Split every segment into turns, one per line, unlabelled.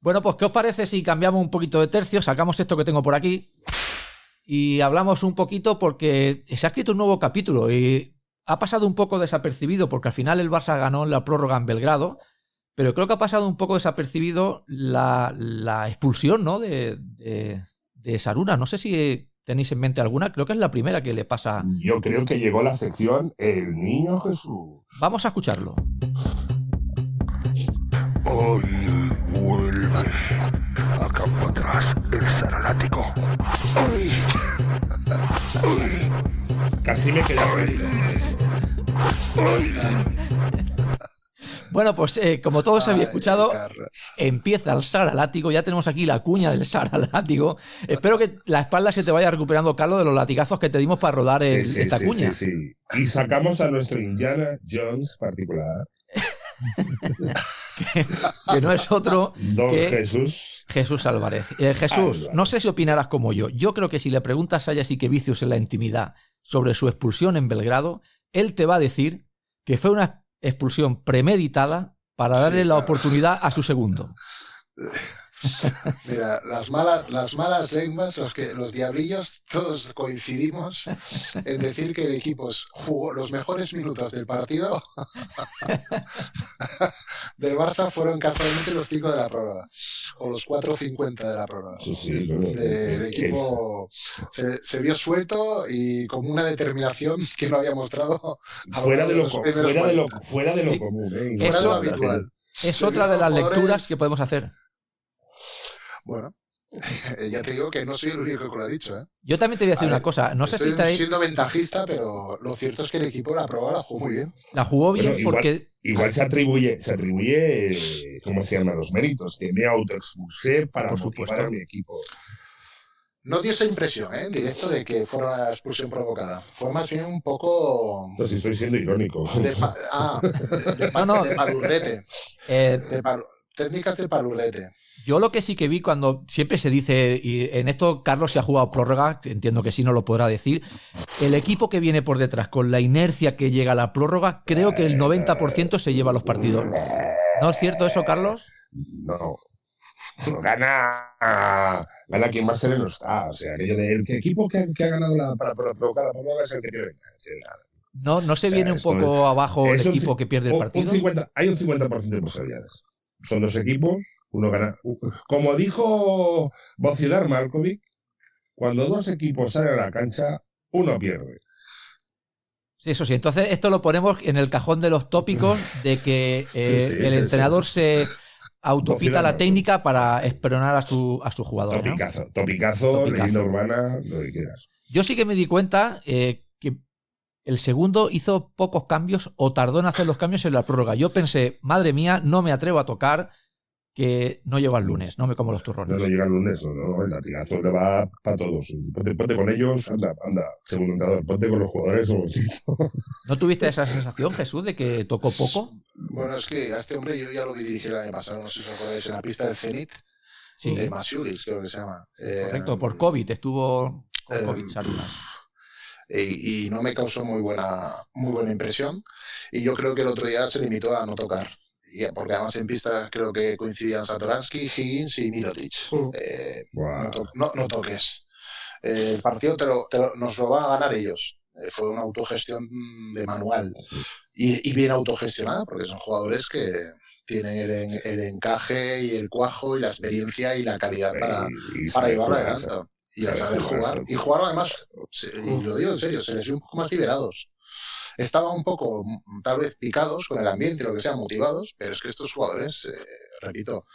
Bueno, pues, ¿qué os parece si cambiamos un poquito de tercio? Sacamos esto que tengo por aquí y hablamos un poquito porque se ha escrito un nuevo capítulo y ha pasado un poco desapercibido porque al final el Barça ganó en la prórroga en Belgrado, pero creo que ha pasado un poco desapercibido la, la expulsión ¿no? de, de, de Saruna. No sé si tenéis en mente alguna, creo que es la primera que le pasa.
Yo creo que llegó la sección El Niño Jesús.
Vamos a escucharlo.
Hoy vuelve a campo atrás el saralático. Hoy, hoy,
Casi me quedé
hoy, hoy.
Bueno, pues eh, como todos
Ah,
habéis escuchado,
Ay, Carlos.
empieza el Sara Látigo. Ya tenemos aquí la cuña del Sara Látigo. Espero que la espalda se te vaya recuperando, Carlos, de los latigazos que te dimos para rodar el-
Sí, sí,
Eh, esta
sí,
cuña.
sí, sí. Y sacamos a nuestro Indiana Jones particular,
Que no es otro
Don
¿Qué?
Jesús.
Jesús Álvarez. Eh, Jesús,
Álvarez.
no sé si opinarás como yo. Yo creo que si le preguntas a Jessica Vicius en la intimidad sobre su expulsión en Belgrado, él te va a decir que fue una expulsión premeditada para
Sí,
darle la
claro.
oportunidad a su segundo.
Mira, las malas, las malas lenguas, los que los diablillos, todos coincidimos en decir que el equipo jugó los mejores minutos del partido del Barça fueron casualmente los 5 de la prórroga o los 4.50 de la prórroga.
Sí, sí, bueno,
Eh, el equipo se, se vio suelto y con una determinación que no había mostrado
eh, Fuera de lo, co- fuera de lo, fuera de lo
Sí.
común, ¿eh?
fuera de lo
Eso-
habitual.
Es
Sí,
otra de las
jugadores-
lecturas que podemos hacer.
Bueno, ya te digo que no soy el único que lo ha dicho, ¿eh?
Yo también te voy a decir
A ver,
una cosa. No sé
Estoy
si te
siendo ventajista, pero lo cierto es que el equipo la prueba la jugó muy bien.
La jugó
Bueno,
bien
igual-
porque
Igual se atribuye, se atribuye, eh, ¿cómo se llaman los méritos? Que me autoexpulsé para
Por
motivar
supuesto.
a mi equipo.
No dio esa impresión, ¿eh? En directo de que fuera una expulsión provocada. Fue más bien un poco.
No sé si estoy siendo irónico.
De pa- ah, de, de pa-
No, no.
de palurrete.
eh,
de palu- técnicas de palurrete.
Yo lo que sí que vi cuando siempre se dice, y en esto Carlos se ha jugado prórroga, que entiendo que sí, no lo podrá decir, el equipo que viene por detrás, con la inercia que llega a la prórroga, creo que el 90% se lleva a los partidos.
Eh,
¿No es cierto eso, Carlos?
No. No, Gana, gana quien más sereno está. O sea, aquello de, el que equipo que, que ha ganado la, para, para provocar la prórroga es el que tiene ventaja.
¿No, no se
O sea,
viene un
esto
poco abajo el
es un
equipo que pierde el
O-
partido?
un 50 hay un 50% de posibilidades. Son dos equipos, uno gana. u- Como dijo Bocidar Markovic, cuando dos equipos salen a la cancha, uno pierde.
Sí, eso sí. Entonces, esto lo ponemos en el cajón de los tópicos de que eh,
sí,
el
sí,
entrenador se autoquita la
Vociferando.
técnica para esperonar a su, a su jugador. ¿no?
Topicazo, topicazo,
Topicazo.
leyenda urbana, lo que quieras.
Yo sí que me di cuenta eh, que el segundo hizo pocos cambios o tardó en hacer los cambios en la prórroga. Yo pensé, madre mía, no me atrevo a tocar que no llego al lunes, no me como los
No, no
turrones.
llega el lunes, no, no, el latigazo le va para todos. Ponte, ponte con ellos, anda, anda, segundo entrenador, ponte con los jugadores. un momentito.
¿No tuviste esa sensación, Jesús, de que tocó poco?
Bueno, es que a este hombre yo ya lo vi dirigir el año pasado, no sé si os acordáis, en la pista del Zenit,
Sí,
de Masiulis, creo que se llama. Eh,
correcto, por COVID, estuvo con
eh,
COVID, Sarunas.
y, y no me causó muy buena, muy buena impresión. Y yo creo que el otro día se limitó a no tocar. Y- Porque además en pista creo que coincidían Satoransky, Higgins y Mirotic. Eh,
Buah.
no, to- no- no toques. Eh, el partido te lo- te lo- nos lo van a ganar ellos. Eh, fue una autogestión de manual y, y bien autogestionada, porque son jugadores que tienen el, en- el encaje y el cuajo y la experiencia y la calidad para,
eh, Y- y
para
se
llevarlo
juega,
adelante. Y a
Saber
saber
jugar,
jugar.
saber
Y jugaron además, se- y lo digo en serio, se les vio un poco más liberados. Estaban un poco, mm, tal vez, picados con el ambiente, lo que sea, motivados, pero es que estos jugadores, eh, repito,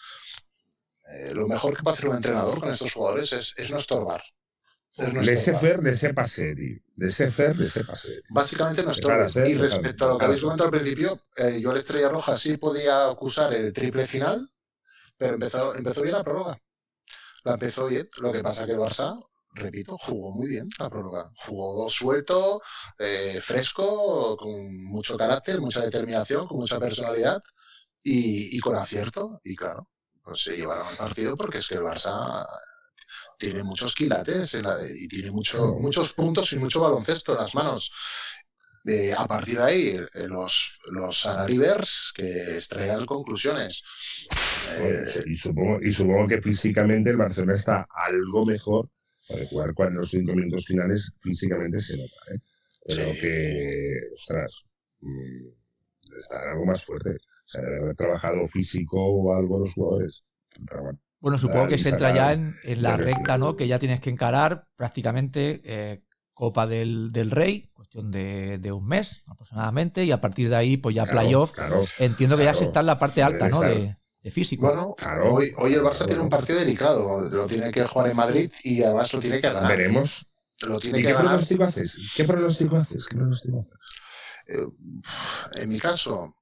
eh, lo mejor que puede hacer un entrenador con estos jugadores es, es no estorbar. Es no estorbar.
Laissez-faire, laissez-passer, tío. Laissez-faire, laissez-passer.
Básicamente no
Dejar
estorbes.
hacer,
Y
dejar-
respecto a lo
dejar
que habéis
hacer.
comentado al principio, eh, yo a la Estrella Roja sí podía acusar el triple final, pero empezó, empezó bien la prórroga. La empezó bien. Lo que pasa que el Barça, repito, jugó muy bien la prórroga. Jugó suelto, eh, fresco, con mucho carácter, mucha determinación, con mucha personalidad y, y con acierto. Y claro, pues se llevaron el partido porque es que el Barça tiene muchos quilates en la- y tiene mucho,
Mm.
muchos puntos y mucho baloncesto en las manos. Eh, a partir de ahí, eh, los, los Araribers que extraigan conclusiones.
Eh, y, supongo, y supongo que físicamente el Barcelona está algo mejor. para jugar con los cinco minutos finales físicamente se nota. ¿eh? Pero
Sí.
que, ostras, mm, están algo más fuerte. O sea, debe haber trabajado físico o algo los jugadores. Pero bueno,
Bueno, supongo que se entra ya en, en la
eh, Claro,
recta,
sí.
¿no? Que ya tienes que encarar prácticamente eh, Copa del, del Rey, cuestión de, de un mes aproximadamente, y a partir de ahí, pues ya
claro,
playoff.
Claro,
Entiendo que ya se
claro.
está en la parte alta, ¿no?
Deben
De, de físico.
Bueno,
claro.
hoy, hoy el Barça
Claro.
tiene un partido delicado. Lo tiene que jugar en Madrid y además lo tiene que ganar.
Veremos.
Lo tiene
¿Y
que
qué
ganar.
pronóstico haces? ¿Qué pronóstico haces? ¿Qué pronóstico haces?
En mi caso,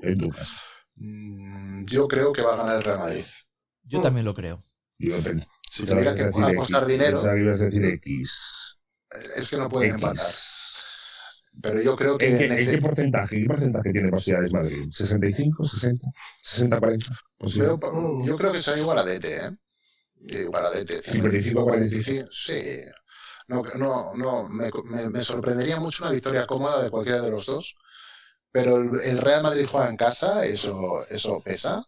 En tu caso.
mm, yo creo que va a ganar el Real Madrid.
Yo también lo creo.
Yo pens-
Si tuviera que
pensaba ibas a
apostar
decir X,
dinero,
pensaba que ibas a decir X.
es que no pueden empatar.
X.
Pero yo creo que
¿En qué, en
nece-
qué porcentaje? ¿Qué porcentaje tiene posibilidades Madrid? ¿65, 60, 60, 40?
veo
Posibilidad.
pa- mm, yo creo que será igual a DT, ¿eh? Igual a DT.
55, 45.
Sí. No, no, no, me, me- me sorprendería mucho una victoria cómoda de cualquiera de los dos. Pero el, el Real Madrid juega en casa, eso, eso pesa.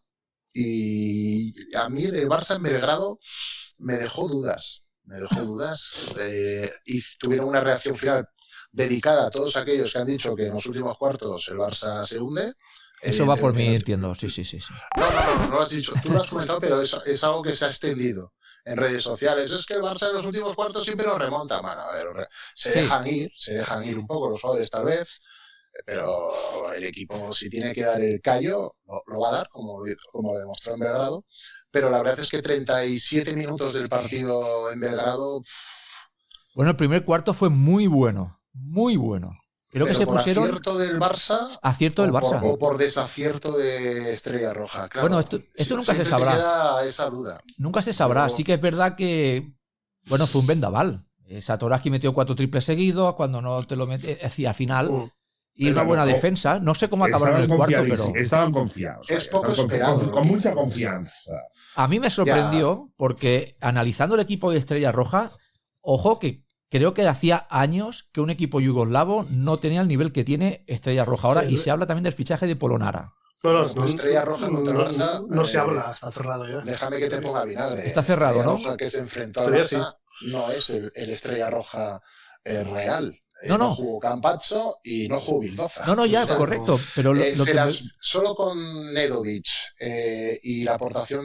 Y a mí el Barça en Belgrado me dejó dudas. Me dejó dudas. eh, y tuvieron una reacción final dedicada a todos aquellos que han dicho que en los últimos cuartos el Barça se hunde. eh,
Eso va por mí,
Evidentemente,
entiendo. Sí, sí, sí. sí.
no, no, no, no lo has dicho. Tú lo has comentado, pero es, es algo que se ha extendido en redes sociales. Es que el Barça en los últimos cuartos siempre lo remonta, mano. A ver, re- se
Sí.
dejan ir, se dejan ir un poco los jugadores tal vez, pero el equipo si tiene que dar el callo, lo, lo va a dar, como, como lo demostró en Belgrado. Pero la verdad es que 37 minutos del partido en Belgrado,
Bueno, el primer cuarto fue muy bueno. Muy bueno. Creo que
pero
se
por
pusieron
acierto del Barça
acierto del
o por-
Barça.
o por desacierto de Estrella Roja. Claro,
Bueno, esto- esto nunca se
siempre te
sabrá.
queda esa duda.
Nunca se sabrá.
Pero-
Sí que es verdad que, bueno, fue un vendaval. Eh, Satoraski metió cuatro triples seguidos cuando no te lo mete hacia final. y
Pero
una buena
no-
defensa. No sé cómo acabaron
Estaban
el cuarto, pero
confiadísimos, Estaban confiados.
Es poco
estaban confi-
esperado,
Con,
¿no?
con mucha confianza.
a mí me sorprendió porque analizando el equipo de Estrella Roja, ojo que creo que hacía años que un equipo yugoslavo no tenía el nivel que tiene Estrella Roja ahora.
Sí,
y
¿no?
se habla también del fichaje de Polonara.
No, no,
Como Estrella Roja
no,
contra
no,
Barça,
no se
eh,
habla, está cerrado ya.
Déjame que te ponga vinagre.
Está cerrado,
Eh, Estrella
¿no?
Roja que se enfrentó al
Todavía
Barça no es el, el Estrella Roja eh, real. Eh,
No, no.
jugó Campazzo y no jugó Bildoza.
No, no, ya,
O sea,
correcto. Pero lo,
eh,
lo
se
que me-
las- Solo con Nedovic eh, y la aportación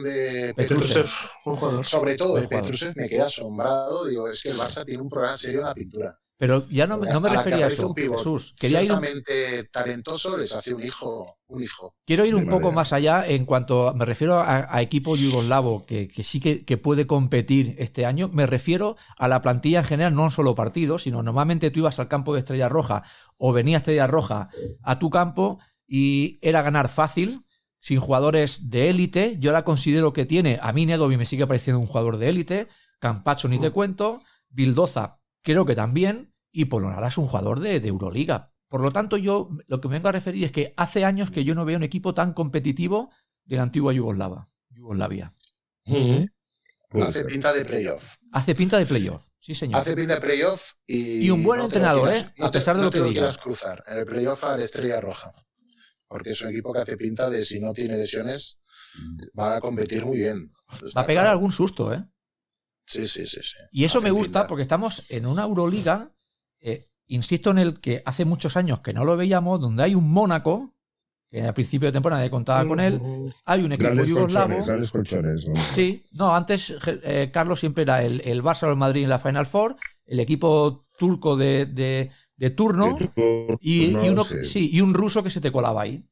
Petrusev.
de Petrusev,
Petrusev, un jugador.
sobre todo
Buen
de
jugador.
Petrusev, me queda asombrado. Digo, es que el Barça tiene un programa serio en la pintura.
pero ya no, me- no me
a la que
refería a
aparece
eso,
un pivot.
Jesús. Quería ir un
Ciertamente talentoso, les hace un hijo. Un hijo.
Quiero ir
De
un poco
madera.
más allá en cuanto, me refiero a, a equipo yugoslavo, que, que sí que, que puede competir este año, me refiero a la plantilla en general, no a un solo partido, sino normalmente tú ibas al campo de Estrella Roja o venía Estrella Roja a tu campo y era ganar fácil, sin jugadores de élite, yo la considero que tiene, a mí Nedovi me sigue pareciendo un jugador de élite, Campacho
Mm.
ni te cuento, Bildoza creo que también, y Polonara es un jugador de, de Euroliga. Por lo tanto, yo lo que me vengo a referir es que hace años que yo no veo un equipo tan competitivo de la antigua Yugoslava, Yugoslavia.
Puede
Hace
ser.
pinta de playoff.
Hace pinta de playoff, sí señor.
Hace pinta de playoff y.
Y un buen
no te lo
entrenador,
quieras-
¿eh?
no
A
te-
pesar de
no
lo
te
que diga.
quieras cruzar. En el playoff a la estrella roja. Porque es un equipo que hace pinta de si no tiene lesiones, va a competir muy bien.
Va a pegar algún susto, ¿eh?
Sí, sí, sí. sí.
Y eso
Hace
me gusta
pinta.
porque estamos en una Euroliga, eh, insisto en el que hace muchos años que no lo veíamos, donde hay un Mónaco, que al principio de temporada nadie contaba con él, hay un equipo
Grandes
yugoslavo.
colchones, grandes colchones. ¿no?
Sí, no, antes je- eh, Carlos siempre era el, el Barça o el Madrid en la Final Four, el equipo turco de, de- de turno
De turno,
y, y uno,
sí.
sí, y un ruso que se te colaba ahí.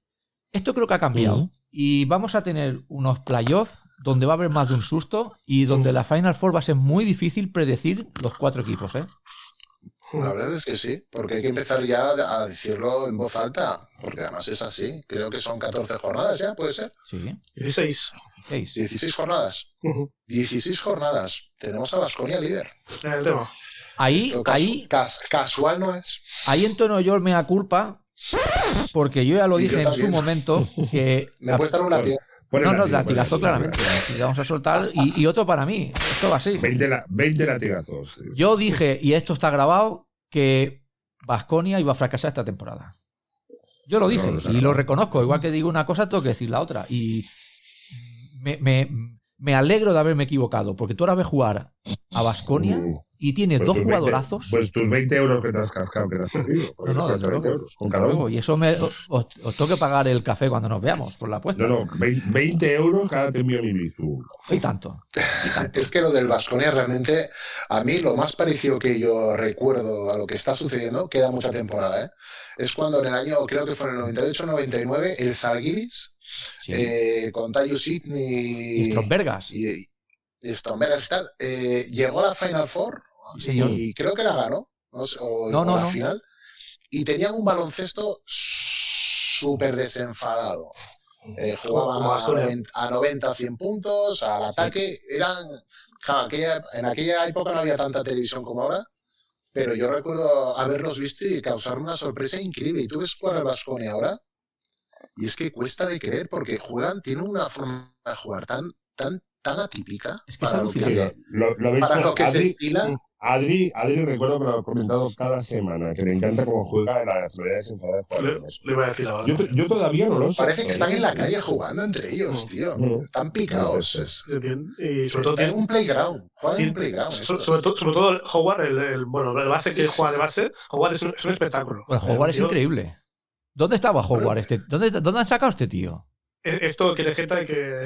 Esto creo que ha cambiado
Ujú.
y vamos a tener unos playoffs donde va a haber más de un susto y donde la Final Four va a ser muy difícil predecir los cuatro equipos. ¿eh?
La verdad es que sí, porque hay que empezar ya a decirlo en voz alta, porque además es así. Creo que son 14 jornadas ya, puede ser.
Sí,
16.
seis.
16 jornadas.
Ujú.
16 jornadas. Tenemos a Vasconia líder.
El tema.
Ahí,
Esto casu-
ahí,
cas- casual no es.
ahí en tono yo me da culpa porque yo ya lo
Y yo
dije en su
también.
momento que
Me puede estar una
Bueno,
tía.
Pone
No, no,
látigo, pone
latigazo
látigo.
claramente. Y vamos a soltar. Y, y otro para mí. Esto va así.
20, la- 20 latigazos. tío.
Yo dije, y esto está grabado, que Vasconia iba a fracasar esta temporada. Yo lo
No,
dije
no, no,
y
no.
lo reconozco. Igual que digo una cosa, tengo que decir la otra. Y me, me- me alegro de haberme equivocado, porque tú ahora ves jugar a Basconia
Mm,
y tiene
pues
dos
tus 20
jugadorazos.
pues tus 20 euros que te has cascado, que te has perdido. porque
no,
te has
desde
20
luego.
euros con cada
luego,
uno.
y eso me, os, os tengo que pagar el café cuando nos veamos por la apuesta.
No, no, 20 euros cada termino mi bizu.
Y tanto.
Es que lo del Vasconia realmente, a mí lo más parecido que yo recuerdo a lo que está sucediendo, queda mucha temporada, ¿eh? Es cuando en el año, creo que fue en el 98-99, el Zalgiris,
Sí.
eh, con Tayu
y
Sidney
Strombergas.
y, y Stromberg y tal, eh, llegó a la Final Four
señor.
y creo que la ganó, ¿no? o,
No,
o
no,
la
no.
final, y tenían un baloncesto súper desenfadado. Eh, jugaban
Como
a
Vasconia.
90 a 90, 100 puntos, al ataque. Eran. claro, aquella- en aquella época no había tanta televisión como ahora, pero yo recuerdo haberlos visto y causarme una sorpresa increíble. Y tú ves jugar al Vascone ahora, y es que cuesta de creer porque juegan, tienen una forma de jugar tan, tan, tan atípica.
Es que es
para lo
Sí,
alucinante.
Lo, lo habéis
para lo que se
Adri,
estila,
Adri, Adri, recuerdo que lo ha comentado cada semana, que le encanta cómo juega en la actualidad desenfadada de
Le,
jugadores.
le iba a decir ahora.
Yo, to- yo todavía no lo sé.
parece que están en la calle jugando entre
Mm.
ellos, tío.
Mm.
Están picados. es-
Bien, Y sobre
Están
todo
en
tiene-
un playground. Juegan en un playground.
so-
estos.
sobre, todo, sobre todo Howard, el, el- bueno, el base que juega de base, Howard es un, es un espectáculo.
Bueno, Howard es
Yo-
increíble. ¿Dónde estaba Howard? Este? ¿Dónde, ¿Dónde han sacado a este tío?
e- Esto que le jeta y que.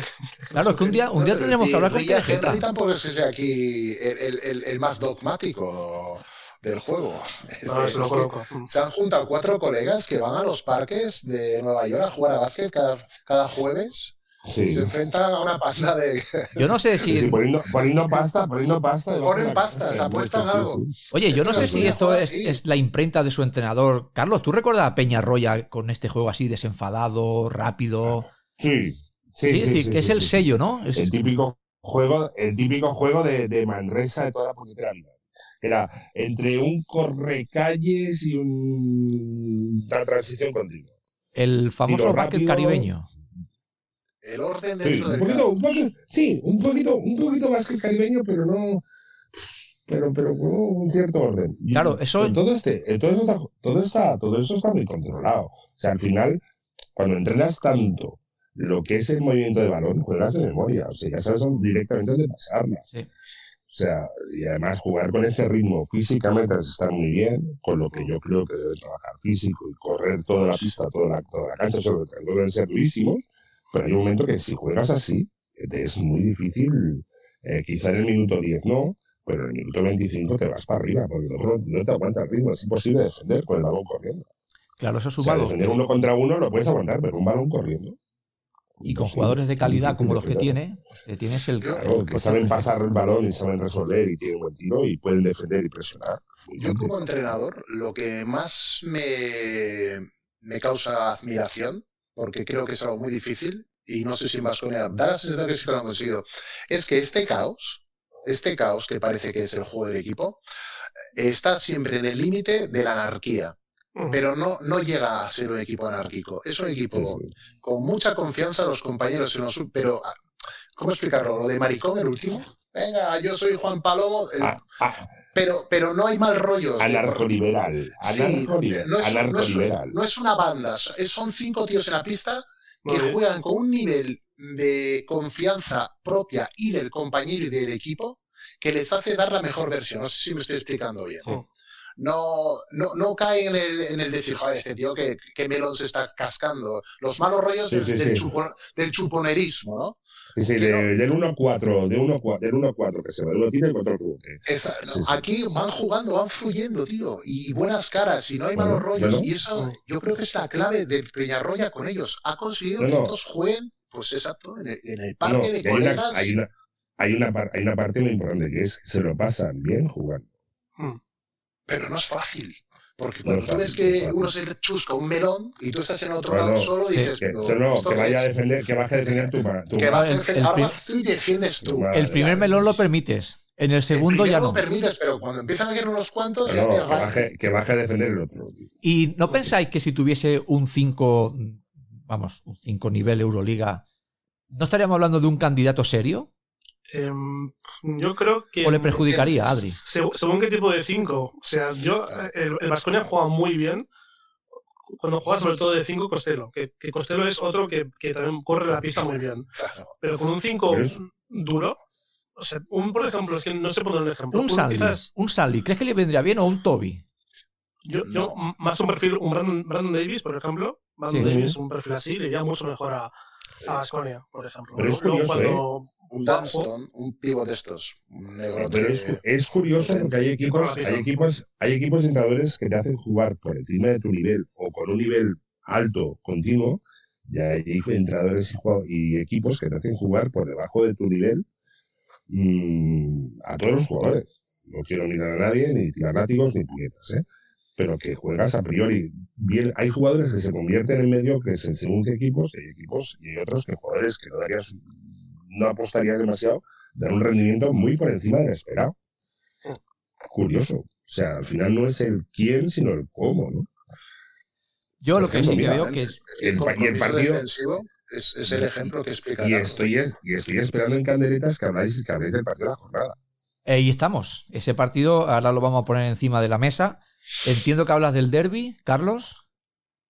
Claro, es que un día, un día
Claro,
tendremos
y
que hablar con
Ria
Perejeta.
Henry tampoco es que sea aquí el, el- el- el más dogmático del juego. Este,
No, es
es
loco,
que
loco. Mm.
se han juntado cuatro colegas que van a los parques de Nueva York a jugar a básquet cada, cada jueves
Sí.
y se enfrentan a una panda de...
Yo no sé
Sí, sí,
si.
poniendo, poniendo pasta, poniendo pasta. debajo
Ponen
de la
pasta,
casa,
se
¿no?
apuestan
Sí, sí,
algo.
sí.
Oye, yo no sé
Pero
si
bueno,
esto es,
sí.
es la imprenta de su entrenador. Carlos, ¿tú recuerdas a Peña Roya con este juego así desenfadado, rápido?
Sí,
Sí,
sí, sí,
es decir,
sí,
que es
sí,
el
sí.
sello, ¿no? Es-
El típico juego, el típico juego de, de Manresa de toda la puñetera vida. Era entre un correcalles y un- una transición continua.
el famoso
Tiro
básquet
rápido.
caribeño.
El orden
Sí,
dentro
un
del
poquito,
campo.
un poquito, sí, un poquito, un poquito más que el caribeño, pero no. Pero, pero con un cierto orden. Y
Claro, eso-
con Todo, este, eh, todo, eso está, todo, está, todo eso está muy controlado. O sea, al final, cuando entrenas tanto lo que es el movimiento de balón, juegas de memoria. O sea, ya sabes dónde- directamente dónde pasarla.
Sí.
O sea, y además jugar con ese ritmo físicamente está muy bien, con lo que yo creo que debe trabajar físico y correr toda la pista, toda la, toda la cancha, sobre todo deben ser durísimos, pero hay un momento que si juegas así, te es muy difícil, eh, quizá en el minuto 10 no, pero en el minuto 25 te vas para arriba, porque el otro no te aguanta el ritmo, es imposible defender con el balón corriendo.
Claro, eso es su
O sea,
valor.
defender uno contra uno lo puedes aguantar, pero un balón corriendo.
Y con
Sí,
jugadores de calidad
sí,
como
sí,
los que
claro.
tiene, pues, que tienes el.
Claro, que
pues,
saben pasar el balón y saben resolver y tienen buen tiro y pueden defender y presionar.
Yo como entrenador, lo que más me, me causa admiración, porque creo que es algo muy difícil, y no sé si en Baskonia da la sensación que sí que lo han conseguido, es que este caos, este caos que parece que es el juego del equipo, eh, está siempre en el límite de la anarquía,
Mm.
pero no, no llega a ser un equipo anárquico. Es un equipo
Sí, sí.
con mucha confianza los compañeros en los sub, pero ah, ¿cómo explicarlo? Lo de maricón, el último. Venga, yo soy Juan Palomo, el-
Ah, ah,
pero, pero no hay mal rollos. de-
anarcoliberal.
Sí,
Anarcoliberal.
no es, no es-
anarcoliberal.
no es una banda, so- es- son cinco tíos en la pista que
Bueno,
juegan con un nivel de confianza propia y del compañero y del equipo que les hace dar la mejor versión. No sé si me estoy explicando bien.
Sí.
No, no, no cae en el, en el decir, joder, este tío que, que melón se está cascando. Los malos rollos
Sí,
del,
sí,
del
sí.
chupo- del chuponerismo, ¿no?
Sí, sí,
que
de-
no-
del 1 a 4, de 1 a 4, del 1 a 4 que se va de uno tira y contra el rebote.
Esa-
Sí, sí.
Aquí van jugando, van fluyendo, tío. Y buenas caras, y no hay
Bueno,
malos rollos.
bueno.
Y eso yo creo que es la clave de Peñarroya con ellos. Ha conseguido
No,
que
no.
estos jueguen, pues exacto, en el, en el
No,
parque
que
de
hay, una,
colegas.
hay, una, hay, una par- hay una parte muy importante que es que se lo pasan bien jugando.
Pero no es fácil. Porque
No
cuando
es
tú ves
fácil, no es
que
fácil.
uno se chusca un melón y tú estás en otro
Bueno,
lado solo,
sí,
dices,
Que,
"No,
no,
Pues esto
que
no
vaya a
es".
defender, que baje a defender tu ma- tu
Que va a
No, Ah, el-
hacer-
el
ahora
prim-
vas tú y defiendes tú.
Vale.
El primer melón lo permites, en el
El
segundo ya
primero
no.
lo permites, pero cuando empiezan a caer unos cuantos, ya
no,
te
que,
arranca.
baje, que baje a defender el otro.
¿Y no pensáis que si tuviese un 5, vamos, un 5 nivel Euroliga, no estaríamos hablando de un candidato serio?
em, yo creo que.
¿O le perjudicaría a Adri?
Se- según qué tipo de cinco. O sea, yo. El Vasconia juega muy bien cuando juega sobre todo de 5 Costello, que, que Costello es otro que, que también corre la pista muy bien.
Claro.
Pero con un 5
Pero es-
duro, o sea, un por ejemplo, es que no sé poner un ejemplo.
Un Sally.
quizás
Un Sally. ¿Crees que le vendría bien o un Toby?
yo, yo
No.
más un perfil, un Brandon, Brandon Davis, por ejemplo, Brandon
Sí.
Davis, un perfil así, le iría mucho mejor a, a Asconia, por ejemplo.
Pero es
Luego,
curioso, ¿eh?
cuando-
Un Dunston, un pivot de estos, un negro
Pero es,
de...
es curioso porque hay equipos, hay equipos, hay equipos de entrenadores que te hacen jugar por encima de tu nivel o con un nivel alto continuo, y hay entrenadores y, jugado- y equipos que te hacen jugar por debajo de tu nivel mm, a todos los jugadores. No quiero mirar a nadie, ni tirar látigos, ni puñetas, ¿eh? pero que juegas a priori. Bien, hay jugadores que se convierten en mediocres en según qué equipos, y hay equipos y hay otros que jugadores que no darías, no apostarías demasiado, dan un rendimiento muy por encima del esperado. Curioso. O sea, al final no es el quién, sino el cómo, ¿no?
Yo
Por
lo que sí que
ejemplo,
veo
mira,
que es.
El, pa- y el
compromiso
partido.
defensivo es, es el ejemplo que explica.
Y
Carlos.
estoy, y estoy esperando en candeletas que habláis, que habléis del partido de la jornada.
Ahí estamos. Ese partido ahora lo vamos a poner encima de la mesa. Entiendo que hablas del derby, Carlos.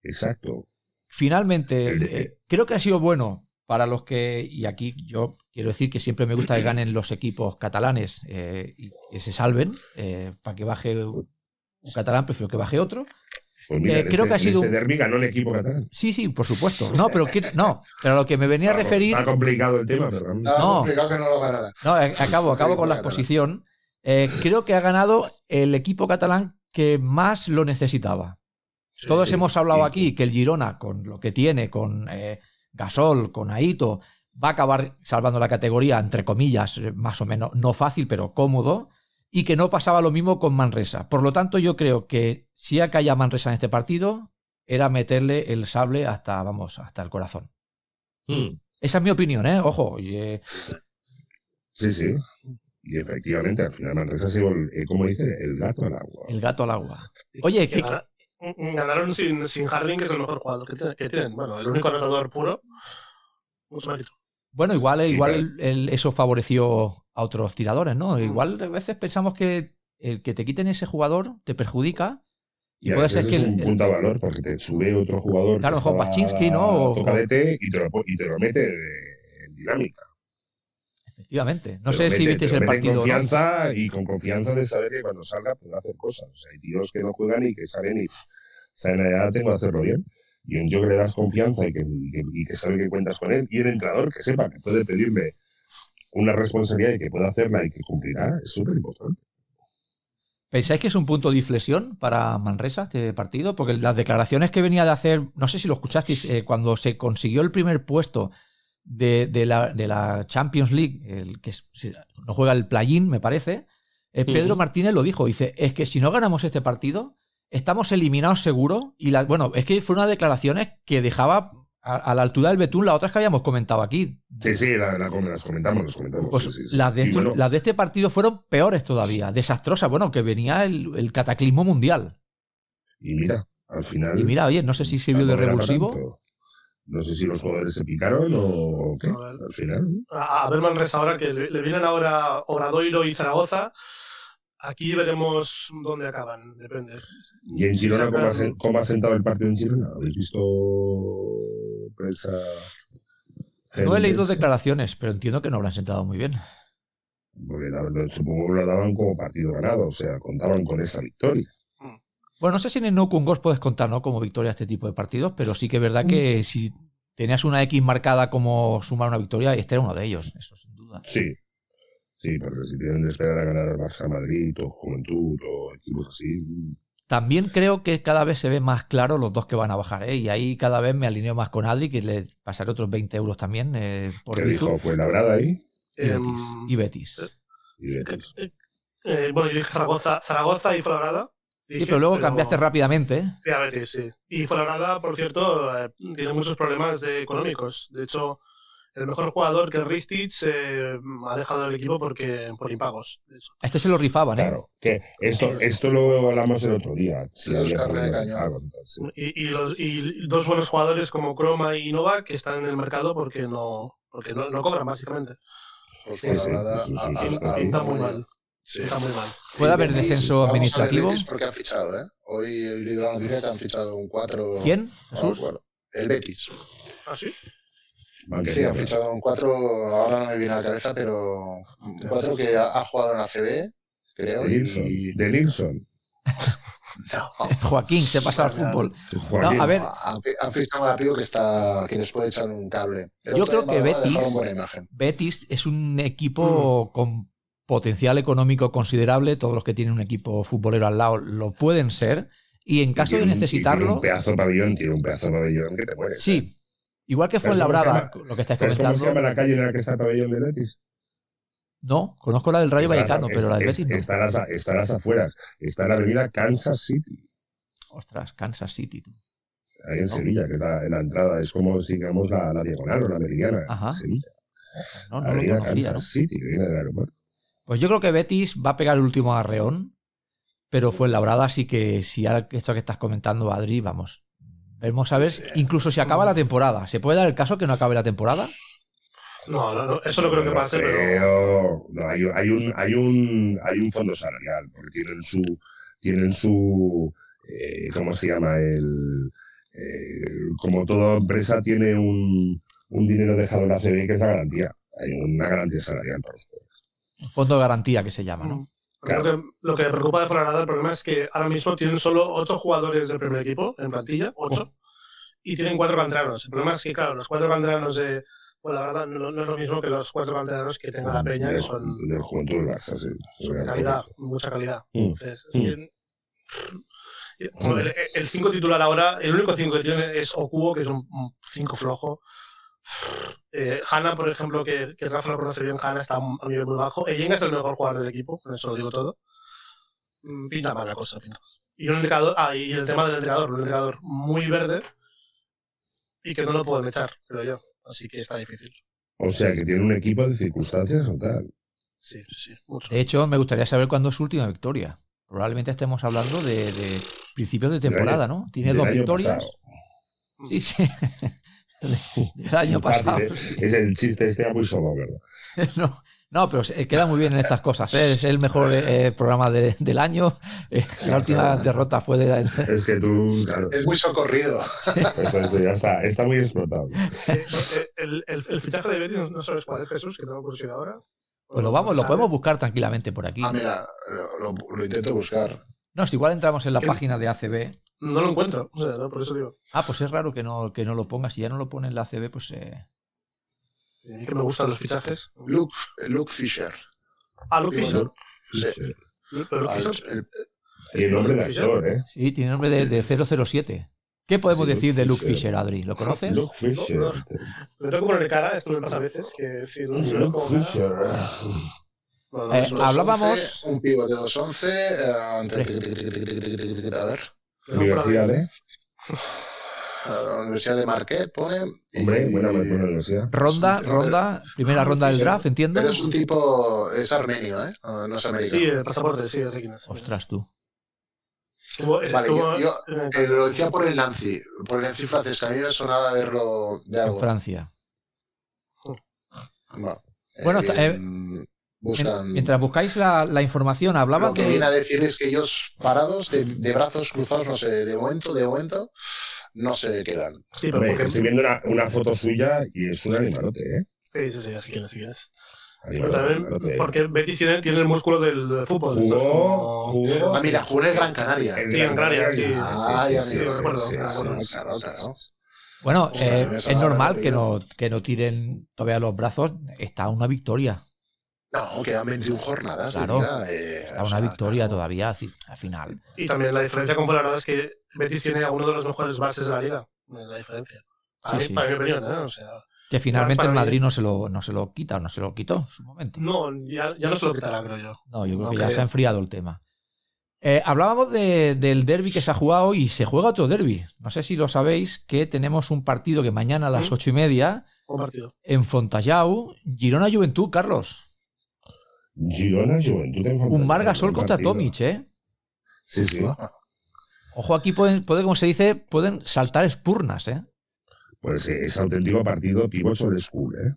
Exacto.
Eh, finalmente,
El-
eh, creo que ha sido bueno para los que, y aquí yo quiero decir que siempre me gusta que ganen los equipos catalanes eh, y que se salven, eh, para que baje un catalán, prefiero que baje otro.
Pues mira,
Eh,
en
creo
este-
que ha
en
sido
este
un-
derbi ganó el equipo catalán.
Sí, sí, por supuesto. No, pero, quiero- no, pero a lo que me venía a
Está co-
referir,
Está complicado el tema, pero vamos.
Estaba
No.
complicado que no lo ganara.
no, eh, acabo, acabo con la exposición, Eh, creo que ha ganado el equipo catalán que más lo necesitaba. Todos
sí,
hemos hablado
sí,
aquí que el Girona, con lo que tiene, con eh, Gasol, con Aito, va a acabar salvando la categoría, entre comillas, eh, más o menos, no fácil, pero cómodo, y que no pasaba lo mismo con Manresa. Por lo tanto, yo creo que si acá haya Manresa en este partido, era meterle el sable hasta, vamos, hasta el corazón.
Hmm.
Esa es mi opinión, ¿eh? Ojo, y, eh,
Sí, sí. Y efectivamente, al final Manresa ha sido, el, eh, como dice, el gato al agua.
el gato al agua. Oye, ¿qué-
que gana- ganaron sin, sin Harling, que es el mejor jugador que, tiene- que tienen. Bueno, el único anotador puro. Mucho mérito.
Bueno, igual, eh,
Sí,
igual
pero-
el- el- eso favoreció a otros tiradores,
Mm.
¿no? Igual a veces pensamos que el que te quiten ese jugador te perjudica y,
a
puede
veces
ser que
es
el-
un
el-
punto a valor porque te sube otro jugador.
Claro,
que
mejor
estaba
Pachinski, ¿no? O-
tocadete y te lo, po- y te lo mete de- en dinámica.
efectivamente. No
Te lo
sé
mete-
si
te
visteis
lo
el
mete
partido.
Con
¿no?
confianza y con confianza de saber que cuando salga puede hacer cosas. O sea, hay tíos que no juegan y que salen y pff, salen allá, tengo que hacerlo bien. Y un tío que le das confianza y que, y que- y que sabe que cuentas con él. Y el entrenador que sepa que puede pedirle una responsabilidad y que pueda hacerla y que cumplirá es súper importante.
¿Pensáis que es un punto de inflexión para Manresa este partido? Porque las declaraciones que venía de hacer, no sé si lo escuchasteis, eh, cuando se consiguió el primer puesto de, de la, de la Champions League, el que es- si- no juega el play-in, me parece, eh, Pedro Martínez lo dijo, dice, es que si no ganamos este partido, estamos eliminados seguro. Y la, bueno, es que fueron unas declaraciones que dejaba a, a la altura del Betún las otras que habíamos comentado aquí.
Sí, sí, la, la- las comentamos, las comentamos.
Pues
sí, sí, sí.
Las, de
Y
esto-
bueno,
las de este partido fueron peores todavía, desastrosas. Bueno, que venía el, el cataclismo mundial.
Y mira, al final.
Y mira, oye, no sé si sirvió de
tampoco era
revulsivo.
tanto. No sé si los jugadores se picaron o qué.
A ver.
Al final.
A, a ver Manresa ahora, que le, le vienen ahora Obradoiro y Zaragoza. Aquí veremos dónde acaban, depende.
¿Y en
Sí,
Girona cómo ha,
sacaron-
sen- cómo ha sentado el partido en Girona? ¿Habéis visto prensa?
No he leído
Gente,
declaraciones, pero entiendo que no habrán sentado muy bien.
Porque la- lo- supongo que lo daban como partido ganado, o sea, contaban con esa victoria.
Bueno, no sé si en el No Kungos puedes contar, ¿no? Como victoria este tipo de partidos, pero sí que es verdad
Mm.
que si tenías una X marcada como sumar una victoria, este era uno de ellos, eso sin duda.
Sí. Sí, porque si tienen que esperar a ganar al Barça Madrid o Juventud o equipos así.
También creo que cada vez se ve más claro los dos que van a bajar, ¿eh? Y ahí cada vez me alineo más con Adri, que le pasaré otros 20 euros también eh, por
Que
Bizum.
dijo, fue labrada ahí.
y Betis.
Em,
y Betis.
Y Betis.
eh, bueno, yo dije Zaragoza, Zaragoza y Fuenlabrada.
Sí,
Dije,
pero luego cambiaste rápidamente. ¿eh?
Sí, a Betis, sí. Y Fuenlabrada, por cierto, eh, tiene muchos problemas eh, económicos. De hecho, el mejor jugador que es Ristich eh, ha dejado el equipo porque por impagos. De hecho.
A este se lo rifaban, ¿eh?
Claro, que esto, esto lo hablamos el otro día. Si
Sí,
había
carne de
problema.
cañón.
Ah, bueno, sí.
Y, y los, y dos buenos jugadores como Croma y Novak que están en el mercado porque no, porque no, no cobran, básicamente.
Pues
Sí, sí,
bueno, nada,
sí, sí,
a-
sí,
a-
sí,
a-
sí.
Pinta muy
a-
mal.
ah, sí.
Está muy mal.
¿Puede haber
Betis,
descenso
vamos a ver
administrativo?
Betis porque ha fichado, ¿eh? Hoy he leído la noticia que han fichado un 4.
¿Quién?
no
Jesús.
recuerdo. el Betis.
¿Ah, sí?
Sí,
pues,
han fichado un 4, ahora no me viene a la cabeza, pero un 4 que ha, ha jugado en ACB, creo.
De Nilsson.
Y,
De Nilsson.
Joaquín se pasa al fútbol.
Joaquín.
No, a ver,
han, han fichado a Pío que, está, que les puede echar un cable. El
Yo
otro
creo que
día dejaron
Betis-
buena imagen.
Betis es un
Mm.
equipo con potencial económico considerable. Todos los que tienen un equipo futbolero al lado lo pueden ser. Y en caso
Tiene
de
un- Tiene
necesitarlo,
un pedazo de pabellón, tiene un pedazo de pabellón que te mueres.
sí. Igual que fue en
¿Sabes cómo
Labrada,
se
lo que estáis
¿Sabes cómo se llama
comentando.
la calle en la que está el pabellón de Betis?
No, conozco la del Rayo
Estarás-
Vallecano, pero la del
es-
Betis no.
Estarás, a- estarás afuera. Está en la avenida Kansas City,
Ostras, Kansas City. tú.
ahí en Sevilla, que es la, en la entrada. Es como, digamos, la, la diagonal o la meridiana.
Ajá.
Sevilla.
No, no lo
avenida
conocía.
Kansas
¿no?
City, que viene del aeropuerto.
Pues yo creo que Betis va a pegar el último arreón, pero fue labrada, así que si ahora esto que estás comentando, Adri, vamos. Vamos a ver, si- incluso si acaba la
Mm.
temporada. ¿Se puede dar el caso que no acabe la temporada?
No, no, no, eso no creo que pase, pero.
creo- no, hay, hay un, hay, un, hay un fondo salarial, porque tienen su. Tienen su eh, ¿Cómo se llama? El, eh, como toda empresa, tiene un, un dinero dejado en la CB que es la garantía. Hay una garantía salarial para los jugadores.
Un fondo de garantía que se llama, ¿no?
Creo que lo que preocupa de Fuenlabrada, el problema es que ahora mismo tienen solo 8 jugadores del primer equipo en plantilla, 8, y tienen 4 canteranos. El problema es que, claro, los 4 canteranos de Fuenlabrada no, no es lo mismo que los 4 canteranos que tenga la Peña, que
del,
son
del Juventud del Barça, sí.
de calidad, mucha calidad.
Mm.
Entonces, es
Mm.
que- Bueno, el- el 5 titular ahora, el único 5 que tiene es Okubo, que es un 5 flojo. Eh, Hanna, por ejemplo, que, que Rafa lo conoce bien, Hanna está a un nivel muy bajo. Eyenga es el mejor jugador del equipo, con eso lo digo todo. Mm, Pinta mal la cosa, pinta mal. Y, un entrenador, ah, y el tema del entrenador, un entrenador muy verde y que no lo pueden echar, creo yo. Así que está difícil.
O sea, que tiene un equipo de circunstancias o tal.
Sí, sí, sí, mucho.
De hecho, me gustaría saber cuándo es su última victoria. Probablemente estemos hablando de, de principios de temporada, ¿no? Tiene
Del
dos
año
victorias.
pasado.
Sí, sí. De- Del año
Fácil,
pasado.
¿eh? Es el chiste este muy solo, ¿verdad?
No, no, pero se- eh, queda muy bien en estas cosas. ¿eh? Es el mejor eh, programa de- del año. Eh, la última derrota fue de la, pues
Es que tú. claro,
Es muy socorrido.
esto- esto ya está, está muy explotado.
Eh, eh, el, el- el fichaje de Betis, no sabes cuál es Jesús, que tengo curiosidad ahora.
Pues lo vamos, lo
¿Sabes?
podemos buscar tranquilamente por aquí.
Ah, mira, lo, lo- lo intento buscar.
No, si igual entramos en la
Sí.
página de ACB.
No lo encuentro, o sea, no, por eso digo.
Ah, pues es raro que no, que no lo ponga. Si ya no lo pone en la ACB, pues eh,
A mí eh, que me gustan los fichajes.
Luke, Luke Fisher.
Ah, Luke Fischer.
Sí.
Pero Luke
Al-
Fischer-
Eh,
el-
Tiene nombre de actor, ¿eh?
sí, tiene nombre de, de 007. ¿Qué podemos
Sí,
decir
Luke
de Luke
Fisher.
Fisher, Adri? ¿Lo conoces?
Luke Fisher.
No, no. Me tengo que poner cara, esto me pasa a veces, que si no si no
Luke
como
Fisher.
Bueno,
Eh,
eso-
Dos
hablábamos-
once, un pivo de 2.11. eh, A ver.
eso-
Universidad, ¿eh?
a la Universidad de Marquette pone. y-
Hombre, buena, buena universidad.
Ronda,
Sí, sí,
ronda, primera ronda del
Fisher.
draft, entiendo.
Pero es un tipo. Es armenio, ¿eh? No no es
Sí,
americano.
el pasaporte, sí, hace quién es.
Ostras, tú.
Estuvo-
Vale,
estuvo-
yo- yo- Eh, lo decía por el Nancy. Por el Nancy francés, que a mí me sonaba verlo de
En
algo.
Francia.
Bueno,
Bueno, está- eh, Mien-
buscan.
Mientras buscáis la, la información, hablaba
Lo que viene a
de.
decir es que ellos parados, de, de brazos cruzados, no sé, de momento, de momento, no se quedan.
Sí, pero
Hombre,
porque...
estoy
Sí,
viendo una, una foto suya y es un animalote, ¿eh?
sí, sí, así que así que es. Pero
Animalote,
también
animalote.
porque Betis tiene, tiene el músculo del, del fútbol.
Jugó, jugó.
Ah, mira, jugó en el Gran Canaria.
en
Sí,
Gran
en Canaria,
Canaria.
sí.
Ah, ya, sí,
lo
sí,
recuerdo,
sí,
lo
sí,
recuerdo.
sí,
Claro,
sí,
claro.
sí, sí.
Bueno,
Ostras,
eh,
se me
es
sonaba
normal
la
que no,
barriga.
que no tiren todavía los brazos. Está una victoria.
No, quedan 21 jornadas. de
Claro.
liga, eh,
Está
o
una
sea,
victoria
claro.
todavía así, al final.
Y también la diferencia con Fuenlabrada es que Betis tiene a uno de los mejores bases de la liga. La diferencia. A
Sí,
mí-
sí.
Para mi opinión, ¿eh? O sea,
Que finalmente el
para mí-
Madrid no se lo, no se lo quita, no se lo quitó en su momento.
no, ya, ya no se lo quitará, creo yo.
No, yo creo
no
que ya se
creo.
ha enfriado el tema. Eh, hablábamos de- del derby que se ha jugado y se juega otro derby. No sé si lo sabéis, que tenemos un partido que mañana a las
¿Mm?
ocho y media
Un partido.
en Fontallau, Girona Juventud, Carlos.
Girona, Juventud. en
Un
Fontaine,
Margasol
un
contra
partido.
Tomic, ¿eh?
Sí, sí.
Ojo, aquí pueden, puede, como se dice, pueden saltar espurnas, ¿eh?
Pues eh, es auténtico partido pivot sobre school, ¿eh?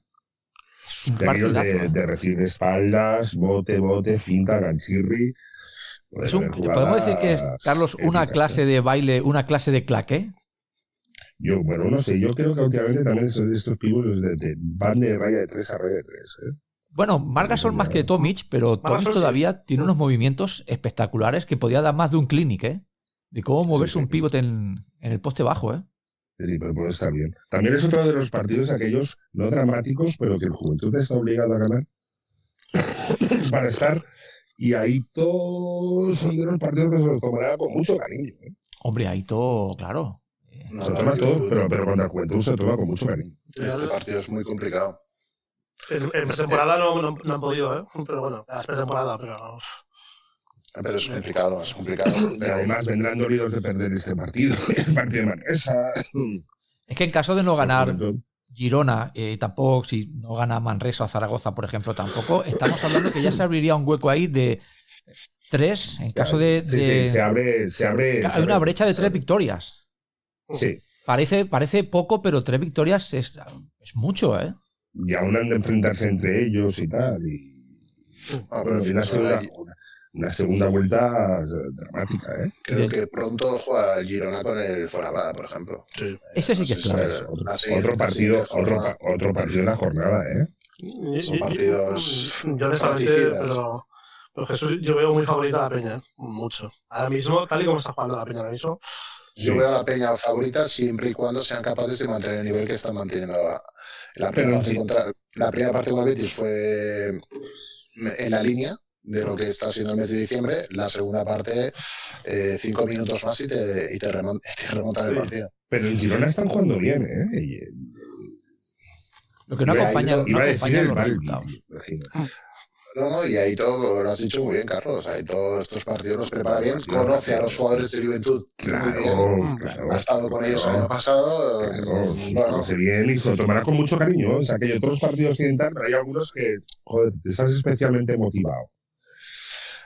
Es un
De aquellos
partidazo.
de,
¿eh?
de ¿eh? recibir de espaldas, bote, bote, finta, ganchirri.
Es un- ¿Podemos decir que es, Carlos, una clase de baile, una clase de claqué?
Yo, bueno, no sé, yo creo que últimamente también son de estos pibos de, de- van de raya de 3 a raya de ¿eh? 3.
Bueno, Margasol más que Tomic, pero
Margasol
Tomic
sí.
todavía tiene unos movimientos espectaculares que podía dar más de un clinic, ¿eh? De cómo moverse
sí,
un
sí.
pivote en, en el poste bajo, ¿eh?
Es decir, pero bueno, está bien. También es otro de los partidos aquellos no dramáticos, pero que el Juventud está obligado a ganar para estar. Y ahí todos son de los partidos que se los tomará con mucho cariño. ¿eh?
Hombre, ahí todo, claro.
No,
se
la
toma todo,
Juventud-
pero, pero contra el Juventud se toma con mucho cariño.
Este partido es muy complicado.
En, en temporada no, no- no han podido, ¿eh? Pero bueno, la pretemporada, pero.
Pero es complicado, es complicado.
Pero además vendrán dolidos de perder este partido, el partido de Manresa.
Es que en caso de no ganar
Juventud.
Girona, eh, tampoco, si no gana Manresa o Zaragoza, por ejemplo, tampoco, estamos hablando que ya se abriría un hueco ahí de tres, en caso de...
Sí,
de-
sí, se abre. Se abre se
hay una
abre-
brecha de
se
tres
abre.
victorias.
Sí.
Parece, parece poco, pero tres victorias es, es mucho, ¿eh?
y aún han de enfrentarse entre ellos y tal. Y,
Ah,
bueno,
pero al
y una,
final
segunda,
ahí-
una, una segunda vuelta eh, dramática, ¿eh?
creo que pronto juega el Girona con el Fuenlabrada, por ejemplo.
Ese sí que es
Sí,
claro.
sí.
Otro,
Ah, sí,
otro
sí,
partido,
sí,
otro,
jornada.
pa- otro partido de la jornada, ¿eh?
Y-
Son
y- y-
partidos
Yo honestamente,
fratricidas.
pero, pero Jesús, yo veo muy favorita a la Peña, ¿eh? mucho. Ahora mismo, tal y como está jugando la Peña ahora mismo,
Yo
Sí.
veo a la peña favorita siempre y cuando sean capaces de mantener el nivel que están manteniendo. ahora. La
Pero
primera, parte
sí.
contra- la primera parte con el Betis fue en la línea de lo que está haciendo el mes de diciembre. La segunda parte, eh, cinco minutos más y te, y te, remon- te remontan el
Sí.
partido.
Pero en Girona están jugando bien, ¿eh? Y, eh,
Lo que no
Iba-
acompaña,
iba-
no
iba a decir
acompaña
el
los
Valdi,
resultados.
imagino.
Ah, No, no, y ahí todo lo has dicho muy bien, Carlos. Ahí todos estos partidos los prepara bien. Conoce a los jugadores de Juventud. muy bien.
Claro, claro.
Ha estado con ellos el año
claro,
pasado.
claro, sí,
Bueno,
conoce bien y se lo tomará con mucho cariño. O sea, que yo todos los partidos tienen tal, pero hay algunos que, joder, estás especialmente motivado.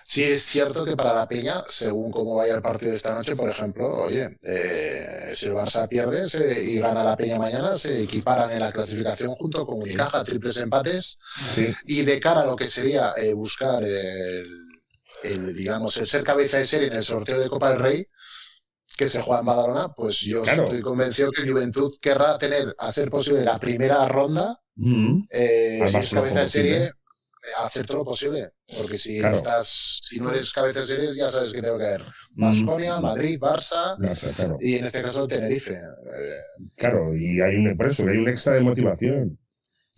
Sí, es cierto que para la Peña, según cómo vaya el partido de esta noche, por ejemplo, oye, eh, si el Barça pierde se- y gana la Peña mañana, se equiparan en la clasificación junto con Unicaja, triples empates.
Sí,
Y de cara a lo que sería eh, buscar el, el, digamos, el ser cabeza de serie en el sorteo de Copa del Rey, que se juega en Badalona, pues yo
Claro.
estoy convencido que Juventud querrá tener, a ser posible, la primera ronda
Mm,
eh,
Al
si
más
es
flojo
cabeza de
posible.
serie, eh, hacer todo lo posible. Porque si
Claro.
estás, si no eres cabeza de serie, ya sabes que te va a caer.
mm.
Basconia, Madrid, Barça
No sé, claro.
y en este caso Tenerife. Eh,
Claro, y hay un por eso, hay un extra de motivación.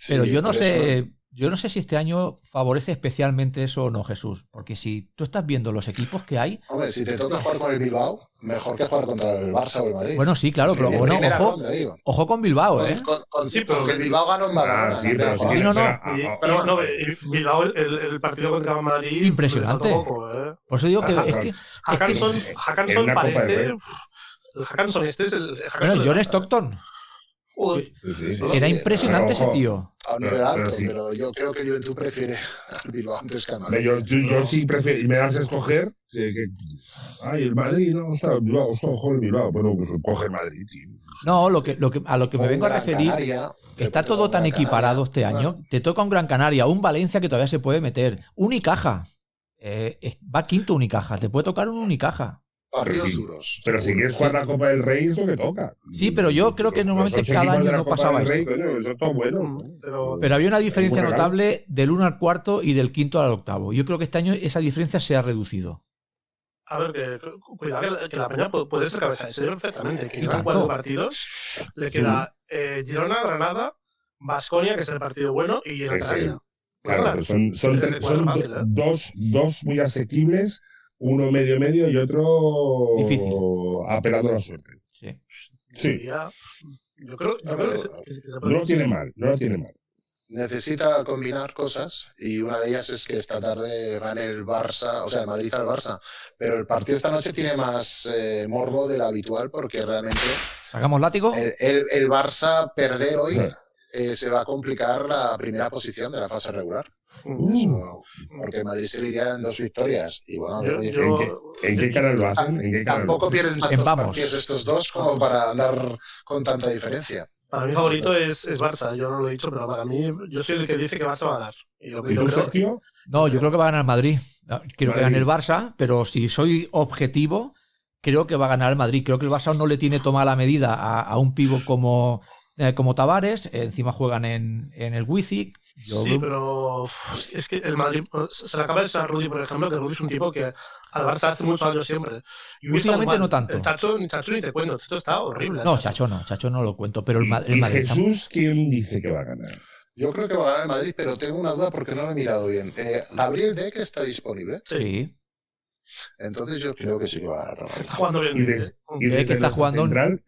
Pero
sí,
yo no
por eso-
sé, yo no sé si este año favorece especialmente eso o no, Jesús. Porque si tú estás viendo los equipos que hay,
Hombre, si te toca jugar con el Bilbao, mejor que jugar contra el Barça o el Madrid.
bueno, sí, claro, pero
Sí,
en
bueno,
primera
ojo,
ronda, digo.
ojo con Bilbao,
Con-
¿eh?
con- con-
Sí, pero-
porque el Bilbao ganó en Badalona.
Ah, sí,
en
pero
la
es
primera
que.
no, no.
espera,
y-
ah, ah,
pero no, eh, y Bilbao, el, el partido contra Madrid.
Impresionante.
le faltó poco, ¿eh?
Por eso digo que
Ajá,
es
claro.
que,
Hackanson,
Es que-
Hackanson
en una Copa del
parece.
Rey.
uf, el Hackanson, este es el. el Hackanson
bueno,
de-
John Stockton
Joder,
sí, sí, sí.
Sí,
era
sí,
impresionante
pero
ese
ojo.
tío.
A un
Pero-
nivel alto,
pero
pero,
sí.
yo creo que Juventud prefiere al Bilbao antes que a Madrid.
Yo, yo, yo sí prefiero, y me das a escoger. eh, que, ay, el Madrid, no, ostras, el Bilbao, ostras, ojo, el Bilbao. Bueno, pues coge el Madrid, tío.
No, lo que, lo que, a lo que me
O un
vengo a
Gran
referir,
Canaria, que
está
te
todo
toca un
tan
Gran
equiparado este
Canaria.
año. Te toca un Gran Canaria, un Valencia que todavía se puede meter, Unicaja. Eh, es- va quinto Unicaja, te puede tocar un Unicaja.
Partidos
Pero sí.
duros.
Pero si quieres jugar la Copa del Rey, es lo que toca.
Sí, pero yo creo que
Los- los
normalmente
ocho
cada
equipos
año
de la
no
Copa
pasaba
del Rey, coño, eso es todo bueno.
pero.
Pero había una diferencia
Ningún regalo.
notable del 1 al cuarto y del quinto al octavo. Yo creo que este año esa diferencia se ha reducido.
A ver, que, cu- cuidado, que, la- que la Peña pu- puede ser cabeza de serie perfectamente. Que
Y
llevan
tanto.
cuatro partidos, le queda eh, Girona, Granada, Vasconia, que es el partido bueno, y el
Ese,
Canaria.
Claro, pues, pero son, son,
Tres de
tres-
cuatro
son
fácil, ¿eh?
dos, dos muy asequibles, uno medio medio y otro
Difícil.
apelando a la suerte.
Sí.
Sí.
Ya- yo creo, yo
No,
creo
pero-
que, se, que se- que se
No
puede-
lo tiene mal, no lo tiene mal.
necesita combinar cosas y una de ellas es que esta tarde gane el Barça, o sea, el Madrid al Barça. Pero el partido esta noche tiene más eh, morbo del habitual porque realmente
¿Sacamos látigo?
el, el- el Barça perder hoy
Claro.
eh, se va a complicar la primera posición de la fase regular.
Mm.
Eso, porque Madrid se le iría en dos victorias y bueno,
Yo-
oye,
yo-
¿En qué canal lo hacen? ¿En qué canal lo
tampoco
hacen?
pierden tantos
Vamos.
partidos estos dos como para andar con tanta diferencia.
Para mí favorito es, es Barça, yo no lo he dicho, pero para mí, yo soy el que dice que Barça va a ganar. Y lo que
¿Y
yo
tú,
creo,
Sergio?
No, yo creo que va a ganar Madrid. Quiero que
Madrid.
gane el Barça, pero si soy objetivo, creo que va a ganar el Madrid. Creo que el Barça no le tiene tomada la medida a, a un pivo como, eh, como Tavares. Encima juegan en, en el Wizik. Yo
sí,
veo-
pero uf, es que el Madrid se se le acaba de ser a Rudy, por ejemplo, que Rudy es un tipo que al Barça hace muchos años siempre. Y hoy está
Últimamente
muy mal.
no tanto.
El Chacho, ni Chacho ni te cuento, esto está horrible.
No, Chacho no, Chacho no lo cuento, pero el, Ma- el
¿Y
Madrid. está-
Jesús quién dice que va a ganar?
Yo creo que va a ganar el Madrid, pero tengo una duda porque no lo he mirado bien. Eh, Gabriel Deck está disponible,
Sí.
entonces yo creo que sí que va a ganar el Madrid.
Está jugando bien. Mm,
Y des- Y
Ve que está
nuestra
jugando-
central-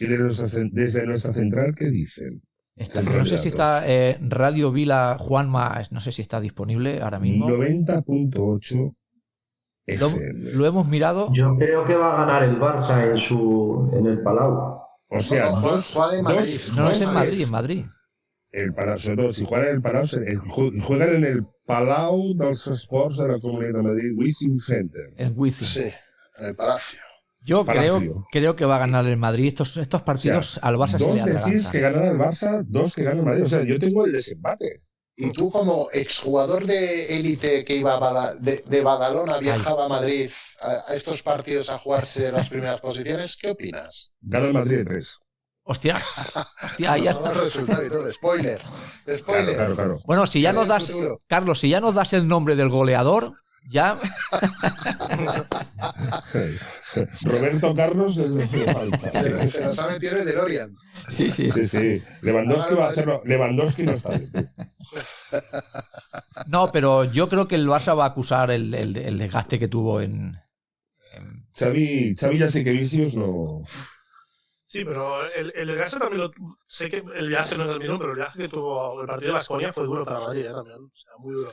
y desde nuestra, cen- desde nuestra central, ¿qué dicen?
Está- no sé si está eh, Radio Vila Juanma, no sé si está disponible ahora mismo.
90.8
Lo,
FM.
lo hemos mirado.
Yo creo que va a ganar el Barça en su en el Palau.
O sea,
No, no,
dos,
juega en Madrid.
dos-
No, no es
dos
en Madrid, en Madrid.
el Palau, sobre todo, si juegan en el Palau, se- el ju- juegan en el Palau dels Esports de la Comunidad de Madrid, Wizzing Center.
En Wizzing.
Sí, en el Palacio.
Yo
Palacio.
creo, creo que va a ganar el Madrid. Estos, estos partidos al Barça se
dos
le
decís
atragantan.
que ganará el Barça, dos que gana el Madrid. O sea, yo tengo el desempate.
Y tú, como exjugador de élite que iba a Bada- de, de Badalona, viajaba a Madrid a, a estos partidos a jugarse las primeras posiciones, ¿qué opinas?
Gana el Madrid de tres.
Hostia, hostia, ya-
No, no, resultado y todo. Spoiler.
Claro,
Spoiler.
claro, claro.
Bueno, si ya nos das,
Seguro.
Carlos, si ya nos das el nombre del goleador, ya
Roberto Carlos es de
Se,
falta.
nos- se nos ha metido el DeLorean.
sí, sí.
Sí, sí. Lewandowski va a hacerlo. Lewandowski no está bien.
No, pero yo creo que el Barça va a acusar el, el- el desgaste que tuvo en. en-
Xavi, Xavi ya sé que Vicios no.
Sí, pero el, el desgaste también lo. Sé que el viaje no es el mismo, pero el viaje que tuvo el partido de Vasconia fue duro para Madrid, ¿eh? también. O sea, muy duro.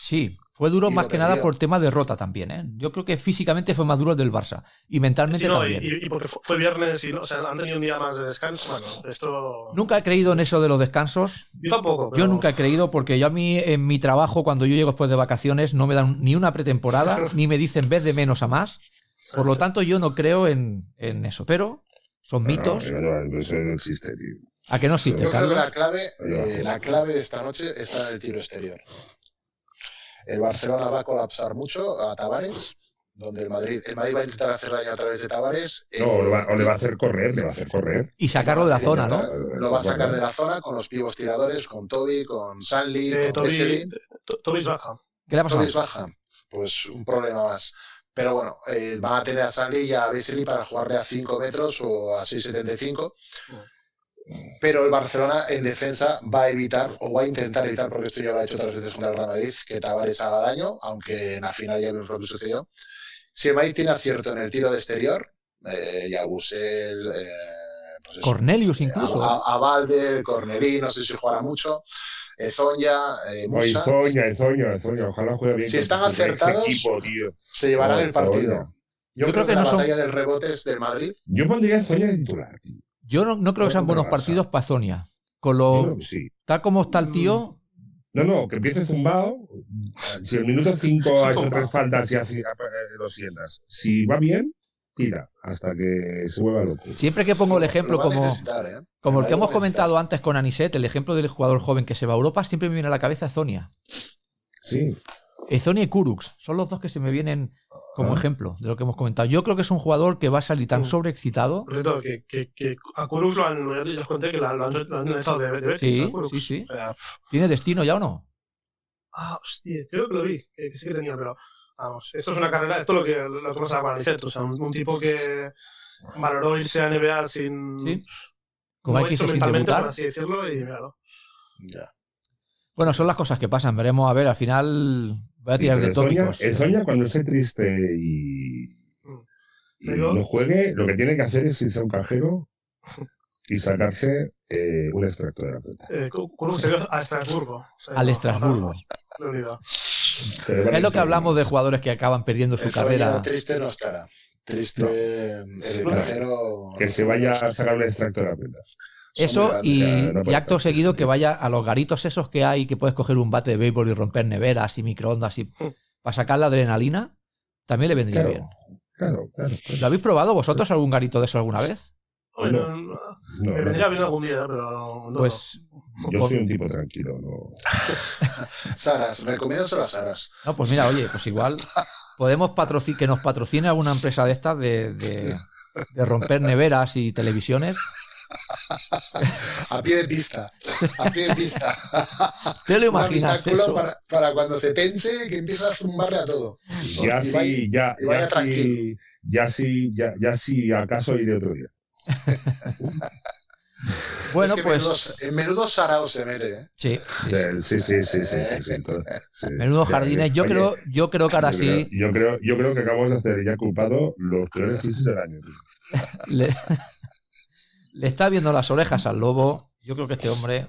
Sí, fue duro
Y
más
lo
que nada
perdió.
por tema de rota también. ¿eh? Yo creo que físicamente fue más duro el del Barça y mentalmente
Sí, no, y,
también.
y- y porque fu- fue viernes y no, o sea, han tenido un día más de descanso. Bueno, esto.
Nunca he creído en eso de los descansos.
Yo tampoco.
Yo
pero-
nunca he creído porque yo a mí en mi trabajo cuando yo llego después de vacaciones no me dan ni una pretemporada ni me dicen ves de menos a más. Por lo tanto yo no creo en, en eso, pero son mitos.
No, no, no, eso no existe, tío.
¿A que no existe,
Entonces
Carlos?
la clave, eh, la clave de esta noche está en el tiro exterior. El Barcelona va a colapsar mucho a Tavares, donde el Madrid, el Madrid va a intentar hacer daño a través de Tavares. eh,
No, o, le va, o le va a hacer correr, le va a hacer correr.
Y sacarlo de la zona, ¿no?
Lo va a sacar de la zona con los pibos tiradores, con Toby, con Sanli,
Eh,
con Vesely.
Toby, To- Toby es baja.
¿Qué le ha pasado?
Toby es baja. Pues un problema más. Pero bueno, eh, van a tener a Sanli y a Vesely para jugarle a 5 metros o a 6,75. Pero el Barcelona en defensa va a evitar o va a intentar evitar, porque esto ya lo ha hecho otras veces contra el Real Madrid, que Tavares haga daño, aunque en la final ya vimos lo que sucedió. Si el Madrid tiene acierto en el tiro de exterior, eh, Yabusel, eh, pues eso,
Cornelius incluso. ¿eh?
a, a- a Valder, Cornelí, no sé si jugará mucho, eh, Zonya, eh,
No,
Musa,
Izoña, Izoña, Izoña, ojalá juegue bien.
Si
con
están
su ex
acertados-
equipo, tío.
se llevarán
No,
el
Zonya.
partido. Yo, creo, que,
no
la
son-
batalla del rebote es del Madrid.
Yo pondría a Izoña de titular, tío.
Yo no, no creo que sean buenos partidos para Zonia. Con
Yo
lo
creo que sí.
tal como está el tío,
Mm.
No, no, que empiece zumbado. Si el minuto 5 ha hecho
Zumbado.
tres faltas y hace eh, 200. Si va bien, tira hasta que se vuelva loco.
siempre que pongo el
Lo-
ejemplo
lo va a
como,
necesitar, ¿eh?
como el
Lo
que
va a
hemos
necesitar.
comentado antes con Aniset, el ejemplo del jugador joven que se va a Europa, siempre me viene a la cabeza Zonia.
Sí.
Ezonia y Kurux son los dos que se me vienen como
Ah.
ejemplo de lo que hemos comentado. Yo creo que es un jugador que va a salir tan
Mm.
sobreexcitado.
Por cierto, que, que, que a Kurux lo han, lo- ya os conté que la- lo han, lo han echado de, de Betis.
Sí,
a Kurux.
sí, sí.
O sea, pf.
¿Tiene destino ya o no?
ah, hostia, creo que lo vi, que, que sí que tenía, pero vamos, esto es una carrera, esto es lo que, lo que pasa con Aniceto, o sea, un, un tipo que valoró irse a NBA sin...
Mm.
Sí.
como
Como hay que irse sin debutar.
por así decirlo, y míralo.
Ya.
Bueno, son las cosas que pasan. Veremos, a ver, al final voy a tirar de
Ezoña,
tópicos.
Ezoña, cuando esté triste y, y
Pero-
no juegue, lo que tiene que hacer es irse a un cajero y sacarse eh, un extracto de la plata.
Eh, Ku- Kurux se dio a Estrasburgo. o sea,
Al
no,
Estrasburgo.
no, no, no, no.
Se le va a
Es lo que
ir-
hablamos de jugadores que acaban perdiendo su
Zonya
carrera.
Triste no estará. Triste eh,
No.
el
No.
viajero.
Que se vaya a sacar un extracto de la plata.
Eso
Son muy
y,
grandes.
ya, no
y
puede
acto
ser.
seguido que vaya a los garitos esos que hay que puedes coger un bate de béisbol y romper neveras y microondas y para sacar la adrenalina, también le vendría
Mm. Claro,
bien.
claro, claro. claro.
¿Lo habéis probado vosotros algún garito de eso alguna vez?
Bueno,
No,
me
no,
vendría bien algún día, pero no.
Pues.
yo
por-
soy un tipo tranquilo. No.
Saras, recomiéndaselo a Saras.
No, pues mira, oye, pues igual podemos patrocinar que nos patrocine alguna empresa de estas de, de- de romper neveras y televisiones.
A pie de pista. A pie de pista.
¿Te lo
Un
imaginas
habitáculo
eso?
Para, para cuando se tense que empieza a zumbarle a todo.
Ya
Pues,
Y
sí,
vaya-
ya,
y
ya
vaya
sí,
tranquilo.
ya sí, ya, ya sí, acaso iré otro día.
Bueno,
Es que
pues
menudo- En menudo Sarao se mete, ¿eh?
sí, sí, sí.
Sí, sí, sí, sí, sí, sí, sí, entonces, sí.
menudo
Ya,
jardines. Yo
oye,
creo, yo creo que ahora
yo creo-
sí
Yo creo, yo creo que acabamos de hacer ya culpado los peores chistes del año. tío.
le, le está viendo las orejas al lobo. Yo creo que este hombre,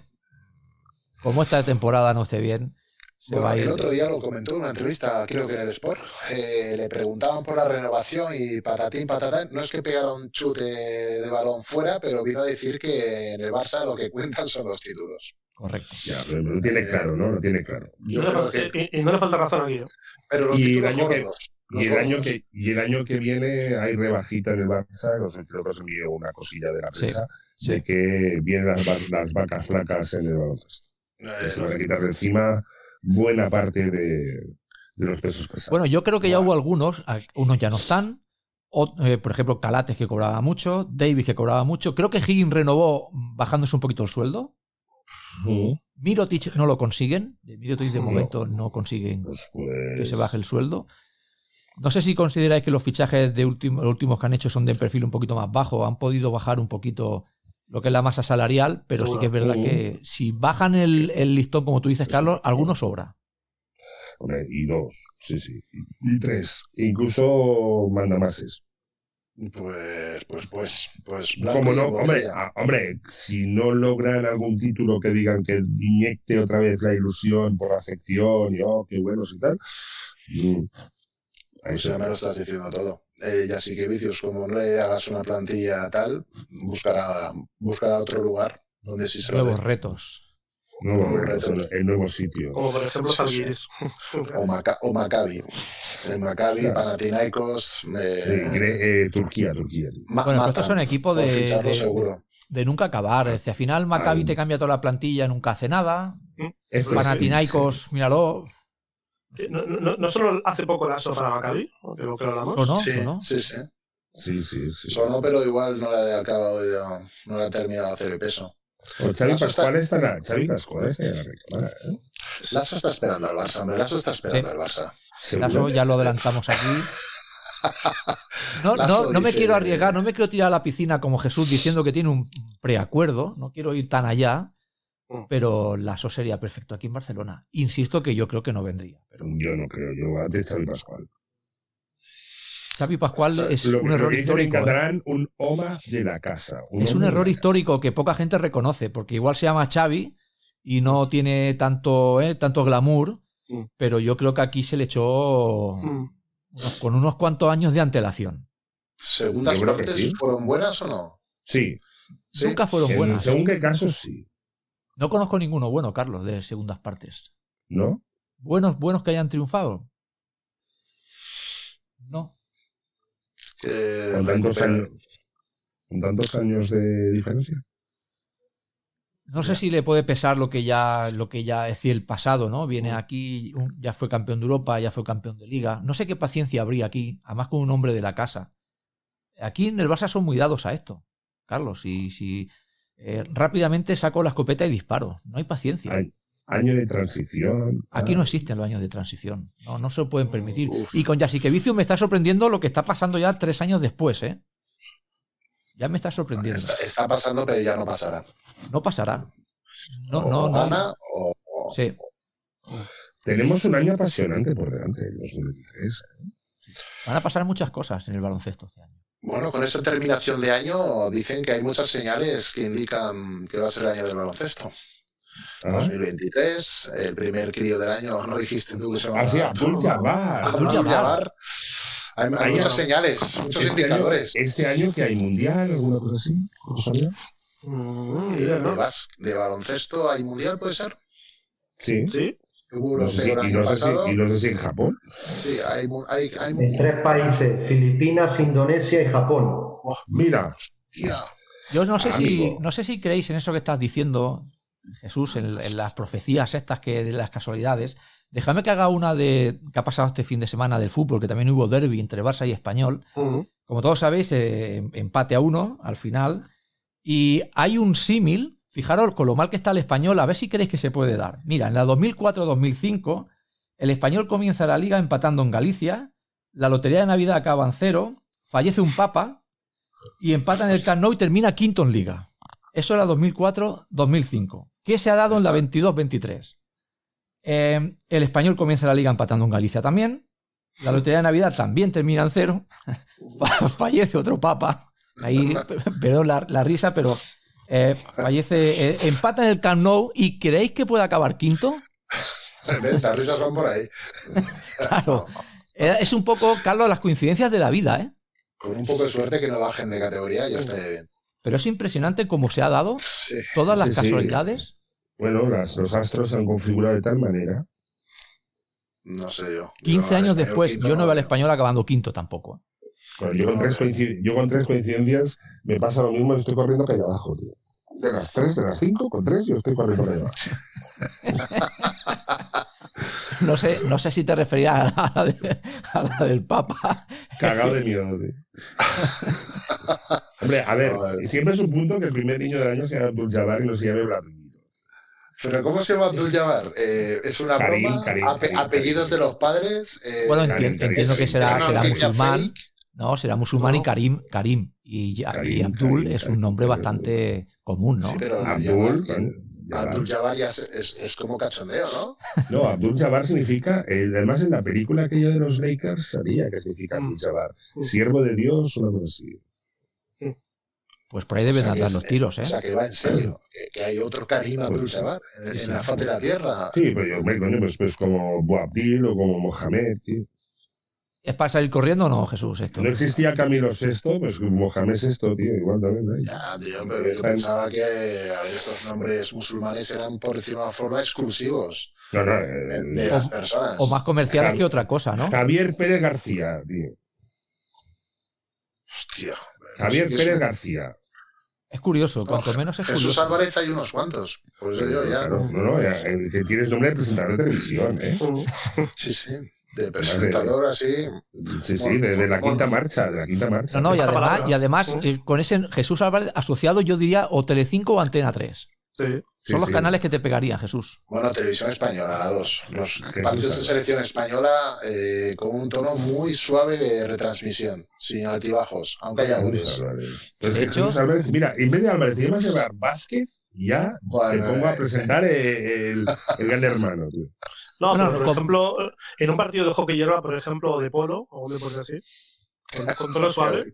como esta temporada no esté bien, se
Bueno,
va a ir.
el otro día lo comentó en una entrevista, creo que en el Sport. eh, le preguntaban por la renovación y patatín, patatán. No es que pegara un chute de balón fuera, pero vino a decir que en el Barça lo que cuentan son los títulos.
Correcto.
Ya, pero lo
Eh,
tiene claro, ¿no? Lo tiene claro.
Y no
Yo
le
creo
falta-
que,
y, y no le falta razón aquí. ¿eh?
pero los
y el
títulos
año que-
gordos. los
Y el, año
gordos.
que, y el año que viene hay rebajita en el Barça, no sé, creo que os envié una cosilla de la
Sí,
prensa,
sí.
de que vienen las, va- las vacas flacas en el baloncesto.
Eh,
Que se van a quitar de encima buena parte de, de los pesos pesados.
Bueno, yo creo que ya
Buah.
hubo algunos, a- unos ya no están. o- eh, por ejemplo, Calates que cobraba mucho, Davis que cobraba mucho. Creo que Higgins renovó bajándose un poquito el sueldo.
Ujú.
Mirotic no lo consiguen. De Mirotic de
No.
momento no consiguen
Pues,
que
pues,
se baje el sueldo. No sé si consideráis que los fichajes de último- los últimos que han hecho son de perfil un poquito más bajo. Han podido bajar un poquito lo que es la masa salarial, pero sí que es verdad
Ujú.
que si bajan el, el listón, como tú dices, Carlos, algunos sobra.
pues, hombre, y dos, sí, sí. Y tres. Incluso mandamases.
Pues, pues, pues, pues. blanco
Como
y
no,
en
hombre,
botella.
ah, hombre, si no logran algún título que digan que inyecte otra vez la ilusión por la sección y oh, qué buenos y tal. mm, ahí
Pues
se
ya me lo estás diciendo todo. Eh, y así que vicios, como no le hagas una plantilla tal, buscará, buscará otro lugar donde sí se lo
Nuevos
dé.
retos.
Nuevo
Nuevo
reto,
reto.
el nuevo sitio.
Como por
Sí,
ejemplo
sí.
Salguiris.
O, Maca- o Maccabi. El Maccabi,
Ostras.
Panathinaikos, eh,
Eh, Gre- eh, Turquía, Turquía.
ma-
Bueno, pero
matan
estos son equipos
por
de,
ficharlo
de-
seguro.
de nunca acabar. Es decir, al final Maccabi
Ay.
te cambia toda la plantilla, nunca hace nada.
Es
Panathinaikos, míralo,
Eh, No, no, no solo hace poco la sopa para Maccabi, que lo que lo hablamos.
sonó,
sí,
sonó.
sí, sí.
Sí, sí, sí. Pues,
Sonó, pero igual no le ha acabado de- no le ha terminado de hacer el peso.
O Xavi
Lasso
Pascual está en la, Xavi Pascual está en la recámara, ¿eh?
Lasso está esperando al Barça, hombre. Lasso está esperando al Barça.
Seguro.
Lasso ya lo adelantamos aquí. No,
Lasso
no, no me
dice-
quiero arriesgar, no me quiero tirar a la piscina como Jesús diciendo que tiene un preacuerdo, no quiero ir tan allá,
Mm.
pero Lasso sería perfecto aquí en Barcelona. Insisto que yo creo que no vendría. Pero
Yo no creo, yo antes Xavi Pascual.
Xavi Pascual es
Lo,
un
lo
error
que dicen en
histórico. ¿eh?
catalán, un oma de la casa.
Es un
hombre de
error
la
histórico que poca gente reconoce, porque igual se llama Xavi y no tiene tanto, ¿eh? tanto glamour,
Mm.
pero yo creo que aquí se le echó
Mm.
unos- con unos cuantos años de antelación.
¿Segundas
Yo creo que
partes
sí.
fueron buenas o no?
casa. Sí,
Sí.
Nunca fueron
en
buenas.
según qué casos sí,
No conozco ninguno bueno, Carlos, de segundas partes.
¿no?
Buenos, buenos que hayan triunfado. No.
Eh,
Con tantos,
recupera-
años, con tantos años de diferencia.
No sé si le puede pesar lo que ya, lo que ya es decir, el pasado, ¿no? Viene aquí, un- ya fue campeón de Europa, ya fue campeón de Liga. No sé qué paciencia habría aquí, además con un hombre de la casa. Aquí en el Barça son muy dados a esto, Carlos. Y si eh, rápidamente saco la escopeta y disparo, no hay paciencia.
Ay, Año de transición.
Aquí
Ah,
no existen los años de transición, no, no se lo pueden permitir.
Uf.
Y con Yasikevicius me está sorprendiendo lo que está pasando ya tres años después, ¿eh? Ya me está sorprendiendo.
Está, está pasando, pero ya no pasará.
No pasará. No,
o
no, no.
gana o, o-
Sí,
Tenemos un año apasionante por delante, el 2023.
van a pasar muchas cosas en el baloncesto este año.
Bueno, con esta terminación de año dicen que hay muchas señales que indican que va a ser el año del baloncesto.
Ah,
2023, el primer crío del año, no dijiste tú que se
ah, sí, Abdul Jabbar.
Abdul Jabbar.
Abdul-Jabbar. Hay, hay
Ahí
muchas
no.
señales, muchos
Este año,
indicadores.
este año que hay mundial, alguna cosa así. ¿no sabía?
Mm,
Eh,
mira,
de,
¿no?
bas- de baloncesto hay mundial, puede ser.
Sí.
Sí.
Hubo
No sé si-
europeo el
y,
año
no sé si,
pasado.
y no sé si en Japón.
Sí, hay, mu- hay, hay
En
mundial.
tres países, Filipinas, Indonesia y Japón.
Mira,
Hostia.
Yo no sé, si,
Amigo.
no sé si creéis en eso que estás diciendo, Jesús, en, en las profecías estas que de las casualidades. Déjame que haga una de que ha pasado este fin de semana del fútbol, que también hubo derby entre Barça y Español.
Ujú.
Como todos sabéis, eh, empate a uno al final. Y hay un símil, fijaros con lo mal que está el español, a ver si creéis que se puede dar. Mira, en la 2004-2005, el español comienza la liga empatando en Galicia, la lotería de Navidad acaba en cero, fallece un papa y empata en el Camp Nou y termina quinto en liga. Eso era 2004-2005. ¿Qué se ha dado en la 22-23? Eh, el español comienza la liga empatando en Galicia también. La lotería de Navidad también termina en cero. Fa- fallece otro papa. Ahí, perdón la, la risa, pero eh, fallece. eh, empata en el Camp Nou y ¿creéis que puede acabar quinto?
¿Ves? Las risas van por ahí.
Claro. Eh, Es un poco, Carlos, las coincidencias de la vida, ¿eh?
Con un poco de suerte que no bajen de categoría, ya estaría bien.
Pero es impresionante cómo se ha dado
Sí.
todas las
Sí, sí.
casualidades.
Bueno, las- los astros se han configurado de tal manera.
No sé yo.
15
Yo,
años
el español
después,
quinto
yo no veo al
veo.
español acabando quinto tampoco. ¿eh?
Bueno, yo, con tres coincid- yo con tres coincidencias me pasa lo mismo, estoy corriendo calle abajo, tío. De las tres, de las cinco, con tres, yo estoy corriendo calle abajo.
No sé, no sé si te referías a la, de- a la del Papa.
Cagado de miedo, tío. Hombre, a ver,
Joder.
siempre es un punto que el primer niño del año sea Abdul Jabbar y no se llame Vladimir.
Pero ¿cómo se llama Abdul Jabbar? Eh, es una
Karim,
broma.
Karim,
Ape-
Karim,
apellidos
Karim.
de los padres. eh, Ah,
Bueno,
Karim,
enti-
Karim,
entiendo que
sí,
será,
Karim,
será
Karim,
musulmán.
Karim.
No, será musulmán y
No.
Karim, Karim. Y, ya- y
Karim,
Abdul
Karim,
es un
Karim,
nombre
Karim.
bastante común, ¿no?
Sí, pero
Abdul,
Abdul,
Jabbar.
Abdul Jabbar ya es, es- es como cachondeo, ¿no?
No, Abdul Jabbar significa, eh, además en la película aquella de los Lakers sabía que significa Abdul Jabbar. Siervo de Dios, una cosa así.
Pues por ahí deben
O sea, que
andar
es-
los tiros, ¿eh?
O sea, que va en serio. Que, que hay otro Karim Abdul Jabbar en, en la faz de la tierra.
Sí, pero yo, hombre, coño, pues, pues como Boabdil o como Mohamed, tío.
¿Es para salir corriendo o no, Jesús? Esto?
No existía Camilo VI, pues Mohamed VI, tío, igual también. ¿eh? ¿no?
Ya, tío, pero yo pensaba que a ver, estos nombres musulmanes eran, por decirlo de una forma, exclusivos
No, no,
de,
eh,
de las personas.
O más comerciales
Claro.
que otra cosa, ¿no?
Javier Pérez García, tío.
Hostia.
Javier
Sí,
Pérez
sí.
García.
Es curioso, cuanto menos es
Jesús
curioso.
Álvarez hay unos cuantos. Por Pues eso digo, ya.
Claro, no, no, ya, eh, que tienes nombre de presentador de televisión, ¿eh?
Ujú.
Sí, sí. De presentador así.
Sí, sí, de, de la quinta marcha, de la quinta marcha.
No, no, y
Esa
además,
palabra.
y además eh, con ese Jesús Álvarez asociado, yo diría o Telecinco o Antena 3.
Sí.
Sí,
Son los
sí.
canales que te pegarían, Jesús.
Bueno, televisión española, la 2. Los
Jesús
partidos de
sabe.
selección española eh, con un tono muy suave de retransmisión, sin altibajos, aunque haya
Jesús
audios.
Álvarez. Pues
De hecho-
Jesús Álvarez, mira, en vez de Álvarez, te llamas Álvarez Vázquez, ya te
Bueno,
pongo a
eh,
presentar eh, el, el gran hermano, tío.
No,
Bueno,
pero, por
con-
ejemplo, en un partido de hockey hierba, por ejemplo, o de polo, o un deporte así, con, con tono suave,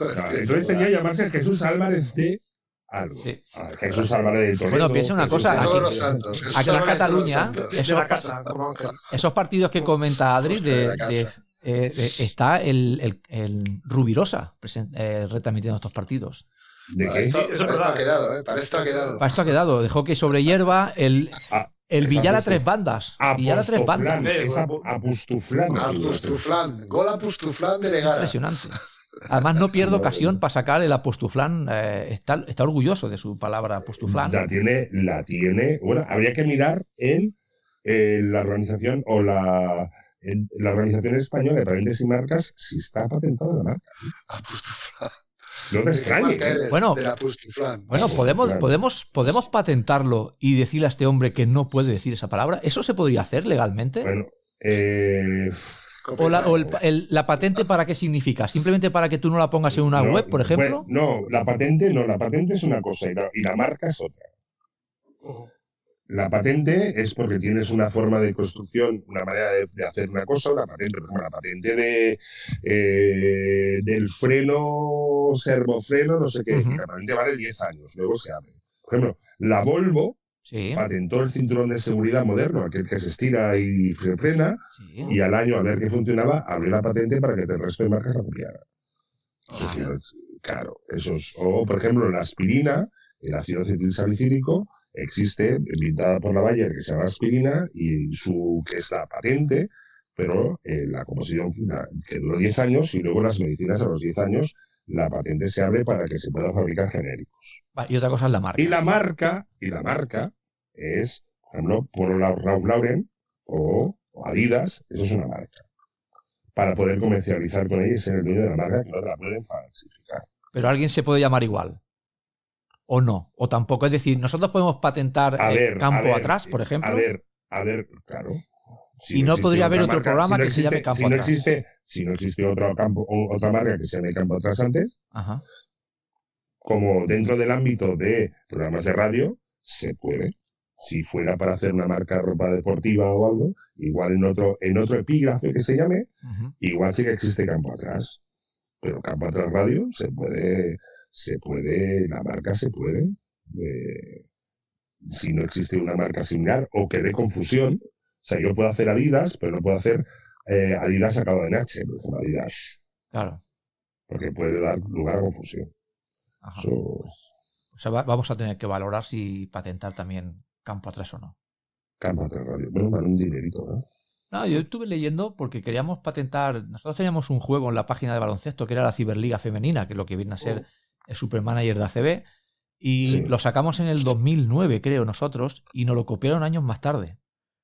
Ah,
es que-
Entonces tenía que llamarse Jesús Álvarez de algo.
Sí.
Ah, Jesús Álvarez del Toledo.
Bueno, piensa una
Jesús
cosa,
de
Álvarez-
todos
aquí-
los santos. Jesús
Aquí en
Álvarez de todos los
Cataluña,
santos.
de
esos,
la casa, como Ángel.
esos partidos que comenta Adri,
Hostia, de
de,
la casa.
de- eh, de- está el, el- el Rubirosa presen- eh, retransmitiendo estos partidos.
¿De
Para
qué?
esto,
Sí, eso es
para esto
verdad.
ha quedado, ¿eh? Para esto ha quedado.
Para esto ha quedado de hockey sobre hierba, el,
Ah,
el Villar a
exacto,
tres
sí.
bandas. Villar a tres bandas.
Apostoflán. Es ap- apostuflán.
Apustuflán, gol Apustuflán de Legara.
Impresionante. Además, no pierdo
Madre
ocasión
mía.
para sacar el apostuflán. eh, está, está orgulloso de su palabra apostuflán.
La tiene, la tiene. Bueno, habría que mirar en eh, la organización o la, en la organización española de patentes y marcas si está patentada la marca.
Apustuflán.
No te extrañe. ¿eh?
Bueno.
del Apustuflán.
Bueno, podemos,
Apostuflán.
podemos, podemos patentarlo y decirle a este hombre que no puede decir esa palabra. ¿Eso se podría hacer legalmente?
Bueno, pues, eh,
¿O, la, o el- el- la patente para qué significa? ¿Simplemente para que tú no la pongas en una
no,
web, por ejemplo?
bueno, no, la patente no, la patente es una cosa y la, y la marca es otra.
Ujú.
La patente es porque tienes una forma de construcción, una manera de, de hacer una cosa, la patente, por ejemplo, la patente de, eh, del freno, servofreno, no sé qué,
Ujú.
la patente vale 10 años, luego se abre. Por ejemplo, la Volvo
sí,
patentó el cinturón de seguridad moderno, aquel que se estira y fre- frena,
sí.
y al año a ver que funcionaba, abrió la patente para que el resto de marcas la copiara. Eso es una- claro, eso es- O, por ejemplo, la aspirina, el ácido acetil salicílico, existe inventada por la Bayer que se llama aspirina y su que es la patente, pero eh, la composición fina, que duró 10 años y luego las medicinas a los 10 años la patente se abre para que se puedan fabricar genéricos.
Vale, Y otra cosa es la marca.
Y la marca, y la marca es, por ejemplo, por un lado Ralph Lauren o Adidas, eso es una marca. Para poder comercializar con ella y ser el dueño de la marca, que no te la pueden falsificar.
Pero alguien se puede llamar igual. O no, o tampoco. Es decir, nosotros podemos patentar
A
el
ver,
campo
a ver,
atrás, por ejemplo.
A ver, a ver, claro. Si
Y no
existe
podría haber
otra
otro programa
si no
que se llame
existe-
Campo
si no
Atrás.
Existe, si no existe otro campo, o- otra marca que se llame Campo Atrás antes,
Ajá.
como dentro del ámbito de programas de radio, se puede. Si fuera para hacer una marca de ropa deportiva o algo, igual en otro, en otro epígrafe que se llame,
Ujú.
igual sí que existe campo atrás. Pero campo atrás radio se puede, se puede, la marca se puede. eh, si no existe una marca similar o que dé confusión. O sea, yo puedo hacer Adidas, pero no puedo hacer eh, Adidas acabado en H, por ejemplo, Adidas,
Claro.
porque puede dar lugar a confusión.
Ajá.
Eso-
O sea, va- vamos a tener que valorar si patentar también campo atrás o no.
campo atrás radio. Bueno, vale un dinerito, ¿no?
No, yo estuve leyendo porque queríamos patentar. Nosotros teníamos un juego en la página de baloncesto que era la Ciberliga Femenina, que es lo que viene a ser el supermanager de ACB. Y
Sí.
lo sacamos en el 2009, creo, nosotros, y nos lo copiaron años más tarde.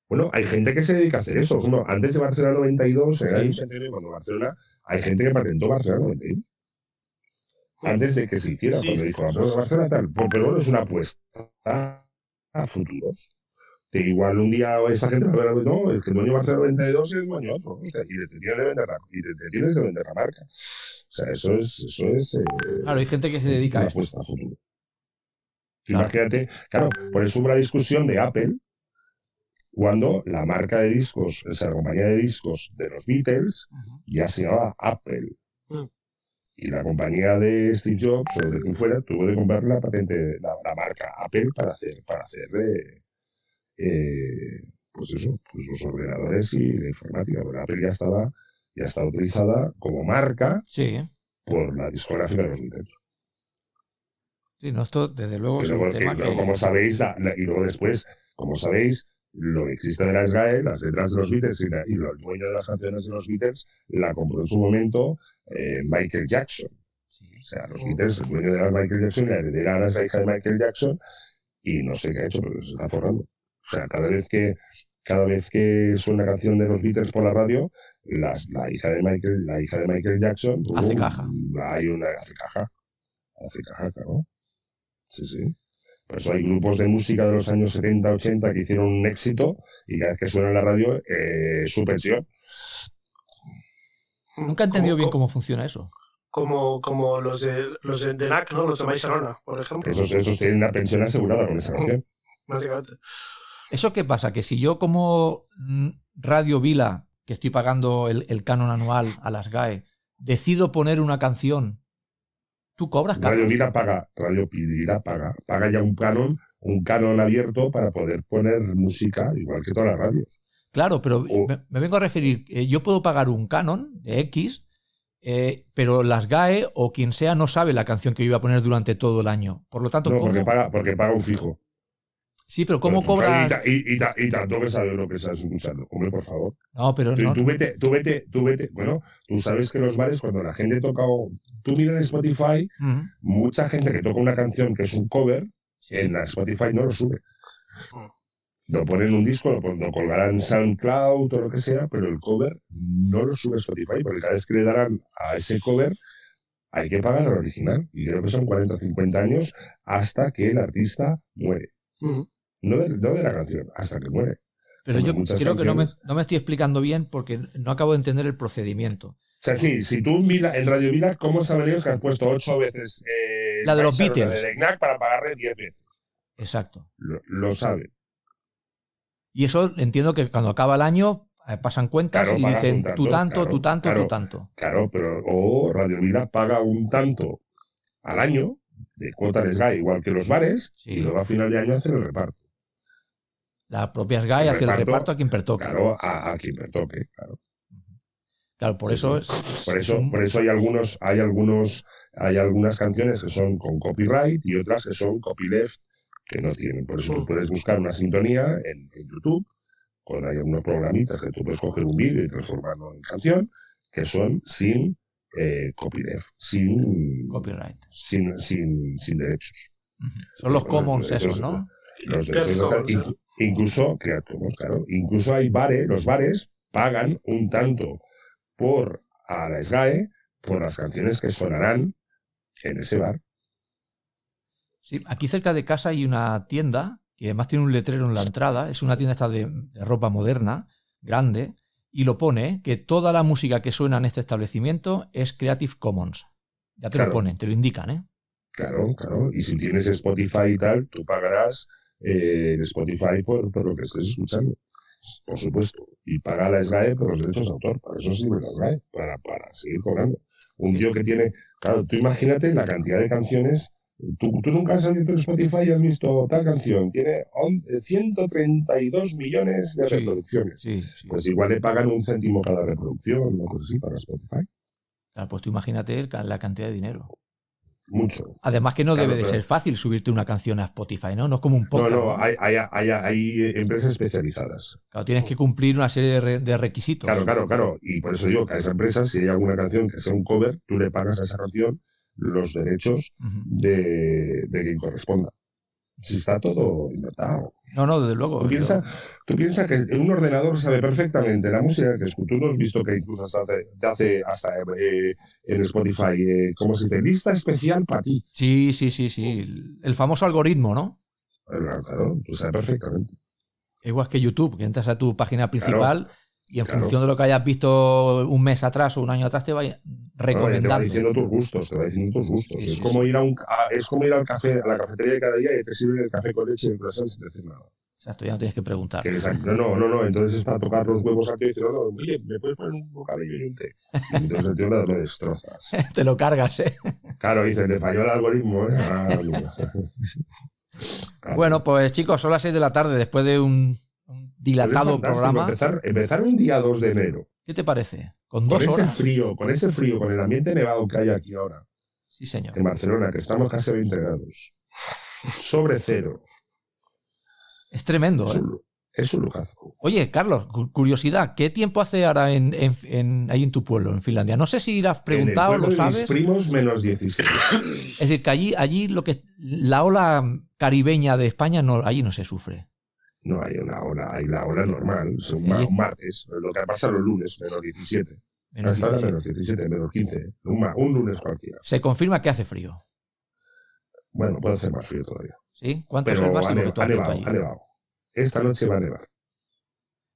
Bueno, hay gente que se dedica a hacer eso. Uno, antes de Barcelona 92, en el
Sí.
año 89, cuando Barcelona, hay gente que patentó Barcelona 91. Antes de que se hiciera,
Sí.
cuando dijo, "Ah, pues Barcelona tal, porque bueno, es una apuesta a, a futuros. Que igual un día esa gente va a ver, no, el que dueño de Barcelona 92 es dueño otro, ¿no? O sea, y te tienes de vender la, y te, te tienes de vender la marca. O sea, eso es, eso es eh,
Claro, hay gente que se dedica
es
a
una
esto.
apuesta a futuro.
Claro.
Imagínate, claro, por eso hubo una discusión de Apple cuando la marca de discos, o sea, la compañía de discos de los Beatles
Ujú.
ya se llamaba Apple.
Mm.
Y la compañía de Steve Jobs o de quien fuera tuvo que comprar la patente, la, la marca Apple para hacer, para hacer eh, eh, pues eso, pues los ordenadores y la informática. Pero Apple ya estaba, ya estaba utilizada como marca
Sí, ¿eh?
por la discográfica de los Beatles.
Sí, no, esto desde luego
Y
es
luego,
un
que-
tema
luego,
que.
como sabéis, la- la- y luego después, como sabéis, lo que existe de la SGAE, las letras de los Beatles y, la- y lo- el dueño de las canciones de los Beatles, la compró en su momento eh, Michael Jackson.
Sí.
O sea, los Beatles, el dueño de las Michael Jackson, la heredera era la hija de Michael Jackson, y no sé qué ha hecho, pero se está forrando. O sea, cada vez que, cada vez que suena una canción de los Beatles por la radio, las- la, hija de Michael, la hija de Michael Jackson
Hace
¡pum!
caja.
Hay una, hace caja. Hace caja, claro. Sí, sí. Por eso hay grupos de música de los años 70, 80 que hicieron un éxito y cada vez que suena en la radio, eh, subvención.
Nunca he entendido
Como-
bien cómo funciona eso.
Como, como los de los de, de NAC, ¿no? Los de Barcelona, por ejemplo.
Esos, esos tienen la pensión asegurada con esa canción.
Básicamente.
¿Eso qué pasa? Que si yo como mm, Radio Vila, que estoy pagando el, el canon anual a las GAE, decido poner una canción, ¿tú cobras
Radio
canon?
Vila paga, Radio Vila paga, paga ya un canon, un canon abierto para poder poner música igual que todas las radios.
Claro, pero
O-
me, me vengo a referir, eh, yo puedo pagar un canon de X, eh, pero las GAE o quien sea no sabe la canción que yo iba a poner durante todo el año. Por lo tanto,
No,
¿cómo?
porque paga, porque paga un fijo.
Sí, pero ¿cómo
Pero tú,
cobras?
claro, Y, ta- y, y, ta- y tanto que sabes lo que estás escuchando. Hombre, por favor.
No, pero
Tú,
no.
tú vete, tú vete, tú vete. Bueno, tú sabes que los bares, cuando la gente toca, o- tú miras en Spotify,
Ujú,
mucha gente que toca una canción que es un cover,
sí.
en la Spotify no lo sube. Lo ponen en un disco, lo, pon- lo colgarán en SoundCloud o lo que sea, pero el cover no lo sube a Spotify, porque cada vez que le darán a ese cover hay que pagar al original. Y creo que son 40 o 50 años hasta que el artista muere.
Ujú.
No de, no de la canción, hasta que muere.
Pero
Hombre,
yo
muchas
creo que no me, no me estoy explicando bien porque no acabo de entender el procedimiento.
O sea, sí, si tú en, Vila- en Radio Vila, ¿cómo saben ellos que han puesto ocho veces eh,
La de los
Barcelona
Beatles.
de Ignac para pagarle 10 veces?
Exacto.
Lo, lo saben.
Y eso entiendo que cuando acaba el año eh, pasan cuentas
Claro,
y
pagas
dicen
un tanto,
tú tanto,
claro,
tú tanto,
claro.
tú tanto.
Claro, pero o Radio Vila paga un tanto al año de cuota les da igual que los bares,
Sí.
y luego a final de año hacen el reparto.
Las propias GAE
El
hacen el
reparto,
reparto a quien pertoca. Claro,
Claro, a, a quien le toque. claro.
por
Sí,
eso
sí.
es-
Por
es
eso,
un-
por eso hay algunos, hay algunos, hay algunas canciones que son con copyright y otras que son copyleft que no tienen. Por eso tú puedes buscar una sintonía en, en YouTube, con hay algunos programitas que tú puedes coger un vídeo y transformarlo en canción, que son sin eh, copyleft, sin,
Copyright.
sin, sin, sin derechos.
Ujú. Son los
Bueno,
commons
eso es-
esos, ¿no?
Los
Creative
derechos de autor,
Commons,
inclu- incluso, Creative Commons, claro, incluso hay bares, los bares pagan un tanto por a la SGAE por las canciones que sonarán en ese bar.
Sí, aquí cerca de casa hay una tienda que además tiene un letrero en la entrada. Es una tienda esta de, de ropa moderna, grande, y lo pone que toda la música que suena en este establecimiento es Creative Commons. Ya te
Claro.
lo ponen, te lo indican, ¿eh?
Claro, claro. Y si tienes Spotify y tal, tú pagarás eh, en Spotify por, por lo que estés escuchando. Por supuesto. Y paga la SGAE por los derechos de autor. Para eso sirve la SGAE, para, para seguir cobrando. Un tío que tiene. Claro, tú imagínate la cantidad de canciones. Tú, tú nunca has abierto en Spotify y has visto tal canción. Tiene on- eh, 132 millones de
Sí.
reproducciones.
Sí, sí.
Pues igual le pagan un céntimo cada reproducción, ¿no? Pues sí, para Spotify.
Claro, pues tú imagínate el ca- la cantidad de dinero.
Mucho.
Además que no
Claro,
debe de
pero-
ser fácil subirte una canción a Spotify, ¿no? No es como un podcast.
no,
¿no?
no, hay, hay, hay, hay empresas especializadas.
Claro, tienes que cumplir una serie de, re- de requisitos.
Claro, claro, claro. Y por eso digo que a esa empresa, si hay alguna canción que sea un cover, tú le pagas a esa canción los derechos
Ujú.
de, de quien corresponda. Si está todo inventado.
No, no, desde luego.
Tú
yo-
piensas tú piensa que un ordenador sabe perfectamente la música que escuchas. Tú no has visto que incluso hasta te, te hace hasta eh, en Spotify eh, como si te lista especial para ti.
Sí, sí, sí, sí. El- El famoso algoritmo, ¿no?
Claro, claro, tú sabes perfectamente.
Igual que YouTube, que entras a tu página principal y en
claro.
función de lo que hayas visto un mes atrás o un año atrás te va
Ahora, Te va
recomendando.
diciendo tus gustos, te va diciendo tus gustos.
Sí,
es,
sí,
como ir a un, a- es como ir al café, a la cafetería de cada día y te sirven el café con leche y el croissant sin decir nada.
Exacto, ya no tienes que preguntar.
Que les han- No, no, no, no, entonces es para tocar los huevos aquí y decir, no, no, oye, ¿me puedes poner un bocadillo y un té? Y entonces el tío lo lo destrozas.
te lo cargas, ¿eh?
Claro, dices, le falló el algoritmo, ¿eh? Ah, mira. Claro.
Bueno, pues chicos, son las 6 de la tarde después de un, un
Pues es
dilatado
fantástico
programa.
Empezar, empezar un día 2 de enero,
¿Qué te parece? ¿Con
con
dos
ese
horas?
frío, con ese frío, con el ambiente nevado que hay aquí ahora,
Sí, señor.
en Barcelona, que estamos casi a 20 grados, sobre cero,
Es tremendo,
es
¿eh?
un, lu- es un lujazo.
Oye, Carlos, cu- curiosidad, ¿qué tiempo hace ahora en, en- en- ahí en tu pueblo, en Finlandia? No sé si lo has preguntado,
en el
lo
pueblo de
sabes.
Mis primos menos 16.
Es decir, que allí, allí lo que la ola caribeña de España no, allí no se sufre.
No hay una hora, hay la hora normal, es un,
Sí,
ma-
ahí-
un martes, lo que pasa los lunes, menos 17.
Menos
Hasta ahora
17.
menos 17, menos 15, un, ma- un lunes cualquiera.
Se confirma que hace frío.
Bueno, puede hacer más frío todavía.
¿Sí? ¿Cuánto es
Pero
el
ha,
máximo
neva-
que tú
ha
has visto
nevado,
allí?
ha nevado. Esta noche va a nevar.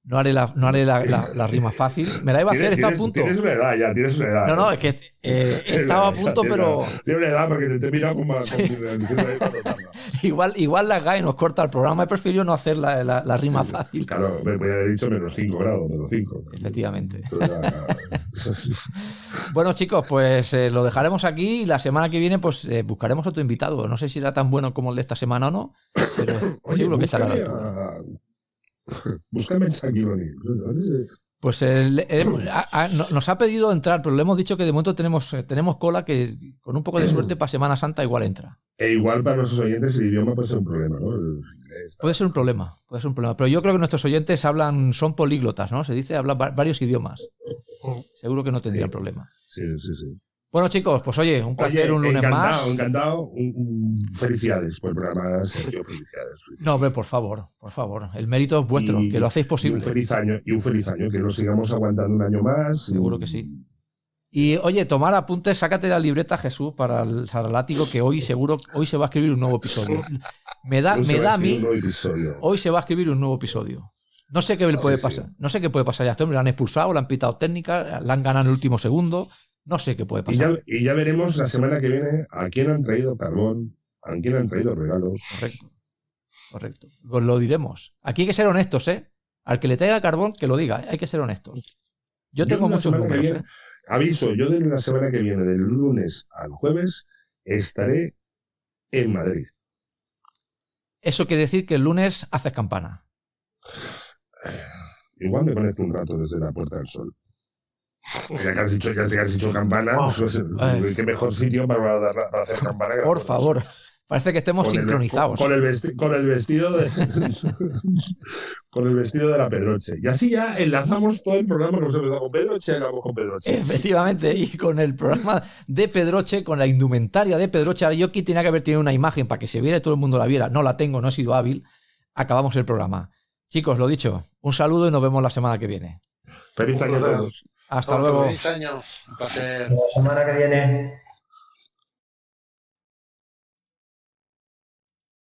No haré, la, no haré la, la- la rima fácil. Me la iba a hacer,
Tienes-
está a
tienes-
punto.
Tienes una edad ya, tienes una edad.
No, no,
¿eh?
es que eh, estaba a punto,
Tienes
pero
una- Tienes una edad porque te, te he mirado como... como- diciendo ahí cuando tarda.
igual, igual la GAE nos corta el programa. He preferido no hacer la, la- la rima fácil.
Claro, me podría haber dicho menos 5 grados, menos 5.
Efectivamente. Bueno, chicos, pues eh, lo dejaremos aquí y la semana que viene pues eh, buscaremos otro invitado. No sé si será tan bueno como el de esta semana o no, pero seguro que estará a la altura.
Búscame en San Giloni.
Pues el- el- a- a- no- nos ha pedido entrar, pero le hemos dicho que de momento tenemos, eh, tenemos cola que con un poco de suerte para Semana Santa igual entra.
E igual para nuestros oyentes el idioma puede ser un problema, ¿no? Eh, El inglés,
Puede ser un problema, puede ser un problema. Pero yo creo que nuestros oyentes hablan, son políglotas, ¿no? Se dice, hablan va- varios idiomas. Seguro que no tendrían
Sí.
problema.
sí, sí, sí.
Bueno, chicos, pues oye, un placer
Oye,
un lunes
encantado,
más.
Encantado, Un- un- Felicidades por el programa, Sergio, felicidades.
No, hombre, por favor, por favor. El mérito es vuestro,
Y-
que lo hacéis
Y un
posible.
feliz año, y un feliz año, que lo sigamos aguantando un año más.
Seguro
Y-
que sí. Y oye, tomar apuntes, sácate la libreta, Jesús, para el Saralático, que hoy seguro, hoy se va a escribir un nuevo episodio. Me da,
Hoy se
me
va
da a
escribir
mí.
un nuevo episodio.
Hoy se va a escribir un nuevo episodio. No sé qué le
Ah,
puede
sí,
pasar. No sé qué puede pasar ya. a Este hombre lo han expulsado, le han pitado técnica, le han ganado en el último segundo. No sé qué puede
Y ya,
pasar.
y ya veremos la semana que viene a quién han traído carbón, a quién han traído regalos.
Correcto. Correcto. Pues lo diremos. Aquí hay que ser honestos, ¿eh? Al que le traiga carbón, que lo diga. ¿eh? Hay que ser honestos. Yo
Yo
tengo
la
muchos
semana que
números,
viene-
¿eh?
Aviso, yo de la semana que viene, del lunes al jueves, estaré en Madrid.
Eso quiere decir que el lunes haces campana.
Igual me conecto un rato desde la Puerta del Sol. Ya que has dicho, ya que has dicho campana, pues,
Ay.
qué mejor sitio para, dar- para hacer campana. que la
Eh. Por
Puerta del
favor. Parece que estemos
con el-
sincronizados.
con, con el vesti- con el vestido de, con el vestido de la Pedroche. Y así ya enlazamos todo el programa que hemos empezado con Pedroche y acabamos con
Eh,
Pedroche.
Efectivamente, y con el programa de Pedroche, con la indumentaria de Pedroche, ahora yo aquí tenía que haber tenido una imagen para que se viera y todo el mundo la viera. No la tengo, no he sido hábil. Acabamos el programa. Chicos, lo dicho, un saludo y nos vemos la semana que viene.
Feliz año a todos.
Hasta luego.
Feliz año. Un placer.
La semana que viene.